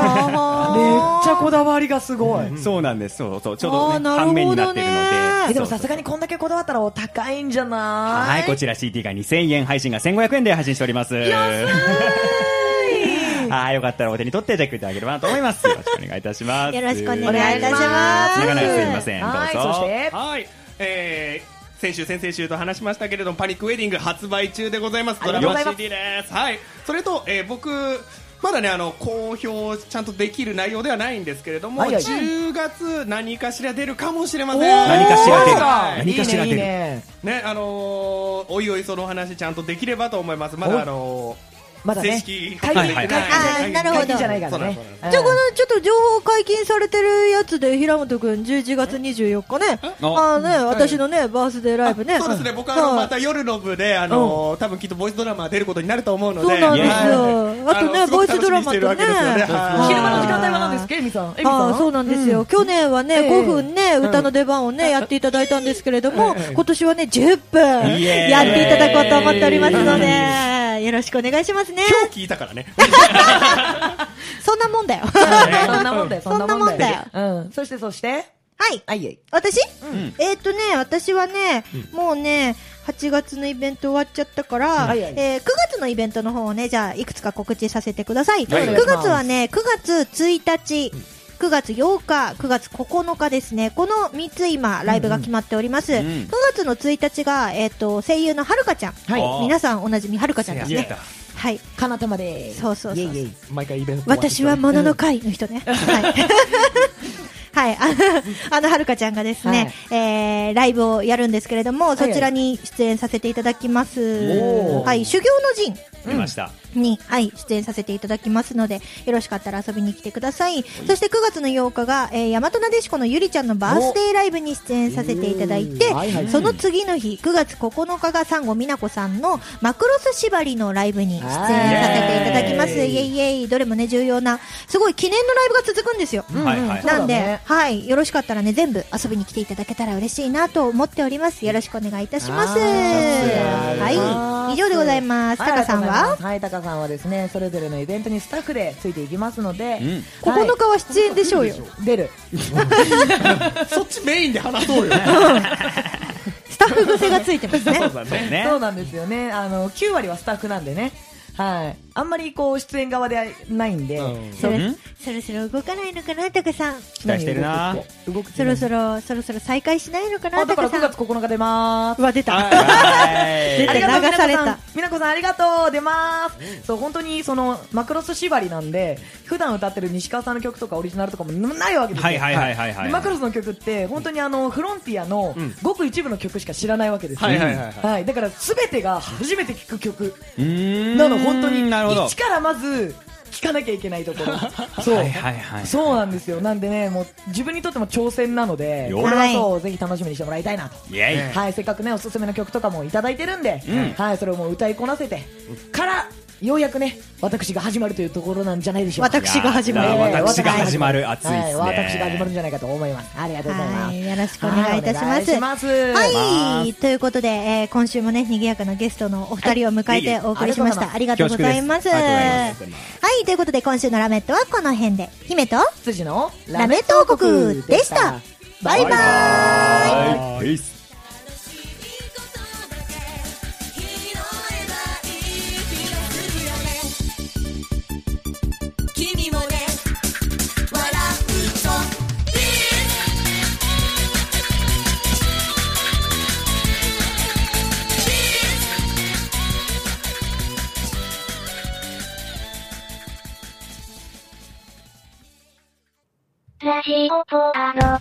[SPEAKER 3] ゃこだわりがすごい
[SPEAKER 4] そうなんですそうそうちょう
[SPEAKER 2] あー
[SPEAKER 4] ど、ね、
[SPEAKER 2] なる
[SPEAKER 4] 半
[SPEAKER 2] ほどね
[SPEAKER 4] 面になってるので
[SPEAKER 3] えでもさ
[SPEAKER 4] そう
[SPEAKER 3] す
[SPEAKER 4] そう
[SPEAKER 3] がにこんだけこだわったらお高いんじゃな
[SPEAKER 4] はいいこちら CD が2000円配信が1500円で配信しております安いはいよかったらお手に取ってチェックいただければなと思いますよろしくお願いいたします
[SPEAKER 2] よろしくお願いい
[SPEAKER 3] たします
[SPEAKER 4] 長々すいませんどうぞ
[SPEAKER 3] はいそして
[SPEAKER 6] はいえー先週、先々週と話しましたけれども、パニックウェディング発売中でございます。
[SPEAKER 3] あ
[SPEAKER 6] ド
[SPEAKER 3] りが
[SPEAKER 6] ラマ
[SPEAKER 3] とうございます
[SPEAKER 6] CD です。はい。それと、えー僕、まだね、あの、公表ちゃんとできる内容ではないんですけれども、
[SPEAKER 3] はいはい
[SPEAKER 6] 10月何かしら出るかもしれません。
[SPEAKER 4] 何かしら出る
[SPEAKER 6] はい
[SPEAKER 4] 何かしら出る
[SPEAKER 3] いいねいいね
[SPEAKER 6] ね、あのーおいおいそのお話ちゃんとできればと思います。ま
[SPEAKER 3] お
[SPEAKER 6] だあの
[SPEAKER 3] まだね
[SPEAKER 6] 正式
[SPEAKER 3] 解禁
[SPEAKER 4] はいはい
[SPEAKER 3] 解禁じゃい
[SPEAKER 2] あーなるほど
[SPEAKER 3] 解禁じゃないからね
[SPEAKER 6] そうなんです
[SPEAKER 3] うん
[SPEAKER 2] じゃあこのちょっと情報解禁されてるやつで平本くん11月24日ね
[SPEAKER 4] あ
[SPEAKER 2] あーね私のねバースデーライブね
[SPEAKER 6] そうですね、僕はあの
[SPEAKER 2] はい
[SPEAKER 6] また夜の部で、あのー多分きっとボイスドラマが出ることになると思うので、
[SPEAKER 2] そうなんですよ
[SPEAKER 6] はい
[SPEAKER 2] あとね
[SPEAKER 6] のすごく楽しみにしてるわけですよ
[SPEAKER 2] ボイスドラマとね
[SPEAKER 6] はい
[SPEAKER 3] 昼間の時間帯は何ですかエミさんエミさ
[SPEAKER 2] あ
[SPEAKER 3] ん
[SPEAKER 2] あそうなんですよ、去年はね、
[SPEAKER 3] ええ
[SPEAKER 2] 5分ね歌の出番をね、やっていただいたんですけれども、今年はね10分
[SPEAKER 4] イエーイ
[SPEAKER 2] やっていただこうと思っておりますのでよろしくお願いしますね
[SPEAKER 6] 今日聞いたからね。
[SPEAKER 2] そんなもんだよ
[SPEAKER 3] そんなもんだよ、
[SPEAKER 2] そんなもんだよ
[SPEAKER 3] うん。そして、そして、
[SPEAKER 2] はい
[SPEAKER 3] あいえい。
[SPEAKER 2] 私、えーっ、とね私はね、もうね8月のイベント終わっちゃったから、
[SPEAKER 3] はいはい
[SPEAKER 2] えー9月のイベントの方をねじゃあいくつか告知させてください、
[SPEAKER 3] はい
[SPEAKER 2] 9月はね9月1日、9月8日、9月9日ですね。この3つ今、ライブが決まっております。
[SPEAKER 4] ん
[SPEAKER 2] 9月の1日が、えーっ、と、声優のはるかちゃん。
[SPEAKER 3] はい
[SPEAKER 4] あー
[SPEAKER 2] 皆さんおなじみはるかちゃんです
[SPEAKER 4] やっ
[SPEAKER 2] ね
[SPEAKER 4] た。
[SPEAKER 2] はい。
[SPEAKER 3] かなたまで。
[SPEAKER 2] そうそうそうそう
[SPEAKER 3] イエイイエイ
[SPEAKER 6] 毎回イベント
[SPEAKER 2] 私はものの会の人ね。はい。はい。あの、あのはるかちゃんがですね、えーライブをやるんですけれども、
[SPEAKER 3] いはい
[SPEAKER 2] そちらに出演させていただきます。
[SPEAKER 4] おー
[SPEAKER 2] はい。修行の
[SPEAKER 4] 出ました、
[SPEAKER 2] 陣に、はい、出演させていただきますので、よろしかったら遊びに来てください。そして9月の8日が、えー、大和なでしこのゆりちゃんのバースデーライブに出演させていただいて
[SPEAKER 3] おーはいはい、
[SPEAKER 2] その次の日、9月9日が珊瑚美奈子さんのマクロス縛りのライブに出演させていただきます。
[SPEAKER 3] はい
[SPEAKER 2] イエイイエイどれもね、重要な、すごい記念のライブが続くんですよ。
[SPEAKER 4] はいはい
[SPEAKER 2] なんで、
[SPEAKER 3] そうだね
[SPEAKER 2] はい、よろしかったらね、全部遊びに来ていただけたら嬉しいなと思っております。よろしくお願いいたします。はい、以上でございます。タカさんは
[SPEAKER 3] はい、タカさんはですね、それぞれのイベントにスタッフでついていきますので、
[SPEAKER 4] うん
[SPEAKER 2] 9
[SPEAKER 3] はい
[SPEAKER 2] 日は出演でしょうよ。
[SPEAKER 3] 出る。
[SPEAKER 6] そっちメインで話そうよ。
[SPEAKER 2] スタッフ癖がついてますね。
[SPEAKER 4] そうね
[SPEAKER 3] そうなんですよね。あの、9割はスタッフなんでね。はい。あんまりこう、出演側ではないんで。
[SPEAKER 6] うん
[SPEAKER 2] そろ
[SPEAKER 4] うん
[SPEAKER 2] そろそろ動かないのかな、タカさん。
[SPEAKER 4] 期待してるな
[SPEAKER 3] 動くって
[SPEAKER 2] そろそろ、そろそろ再開しないのかな、
[SPEAKER 3] あ、だ
[SPEAKER 2] タ
[SPEAKER 3] か
[SPEAKER 2] カ
[SPEAKER 3] ら9
[SPEAKER 2] さ
[SPEAKER 3] 月
[SPEAKER 2] ん。
[SPEAKER 3] 9日出まーす。
[SPEAKER 2] うわ、出た。
[SPEAKER 4] はい
[SPEAKER 2] 出
[SPEAKER 3] あ
[SPEAKER 2] て
[SPEAKER 3] り
[SPEAKER 2] 流
[SPEAKER 3] がとう
[SPEAKER 2] された。
[SPEAKER 3] みなこさん、ありがとう、出ます。そう、本当に、その、マクロス縛りなんで、普段歌ってる西川さんの曲とかオリジナルとかもないわけですよ。
[SPEAKER 4] はいはいはいはいはい
[SPEAKER 3] でマクロスの曲って、本当にあの、フロンティアの、ごく一部の曲しか知らないわけですよ。
[SPEAKER 6] はいはいはいはい
[SPEAKER 3] はい。だから、すべてが初めて聞く曲
[SPEAKER 4] うーん
[SPEAKER 3] なの、本当に。
[SPEAKER 4] なるほど
[SPEAKER 3] 一からまず、聞かなきゃいけないとこ ろ。そう。
[SPEAKER 4] はいはいはい
[SPEAKER 3] そうなんですよ。なんでね、もう、自分にとっても挑戦なので、
[SPEAKER 4] よ
[SPEAKER 3] これはそう、ぜひ楽しみにしてもらいたいなと。
[SPEAKER 4] イエイ
[SPEAKER 6] ね
[SPEAKER 3] はい、せっかくね、おすすめの曲とかもいただいてるんで、
[SPEAKER 4] うん
[SPEAKER 3] はい、それをもう歌いこなせて、から、ようやくね、私が始まるというところなんじゃないでしょうか。
[SPEAKER 2] 私が始まる
[SPEAKER 4] いやー私が始まる
[SPEAKER 3] はい
[SPEAKER 4] 熱いっすね
[SPEAKER 3] 私が始まるんじゃないかと思います。ありがとうございま
[SPEAKER 2] は
[SPEAKER 3] す。
[SPEAKER 2] い、よろしくお願いいたします。
[SPEAKER 3] はいお願いします
[SPEAKER 2] はい、ということで、えー今週もね、賑やかなゲストのお二人を迎えてお送りしました。あ
[SPEAKER 3] あ
[SPEAKER 2] りがとうございます。
[SPEAKER 4] 恐縮
[SPEAKER 2] は
[SPEAKER 4] ですありがとうございます
[SPEAKER 2] い、ということで、今週のラメットはこの辺で、姫と
[SPEAKER 3] 羊の
[SPEAKER 2] ラメット王国でした。バイバーイ
[SPEAKER 4] はい、ペース
[SPEAKER 7] 「いいことだ仕事だろ。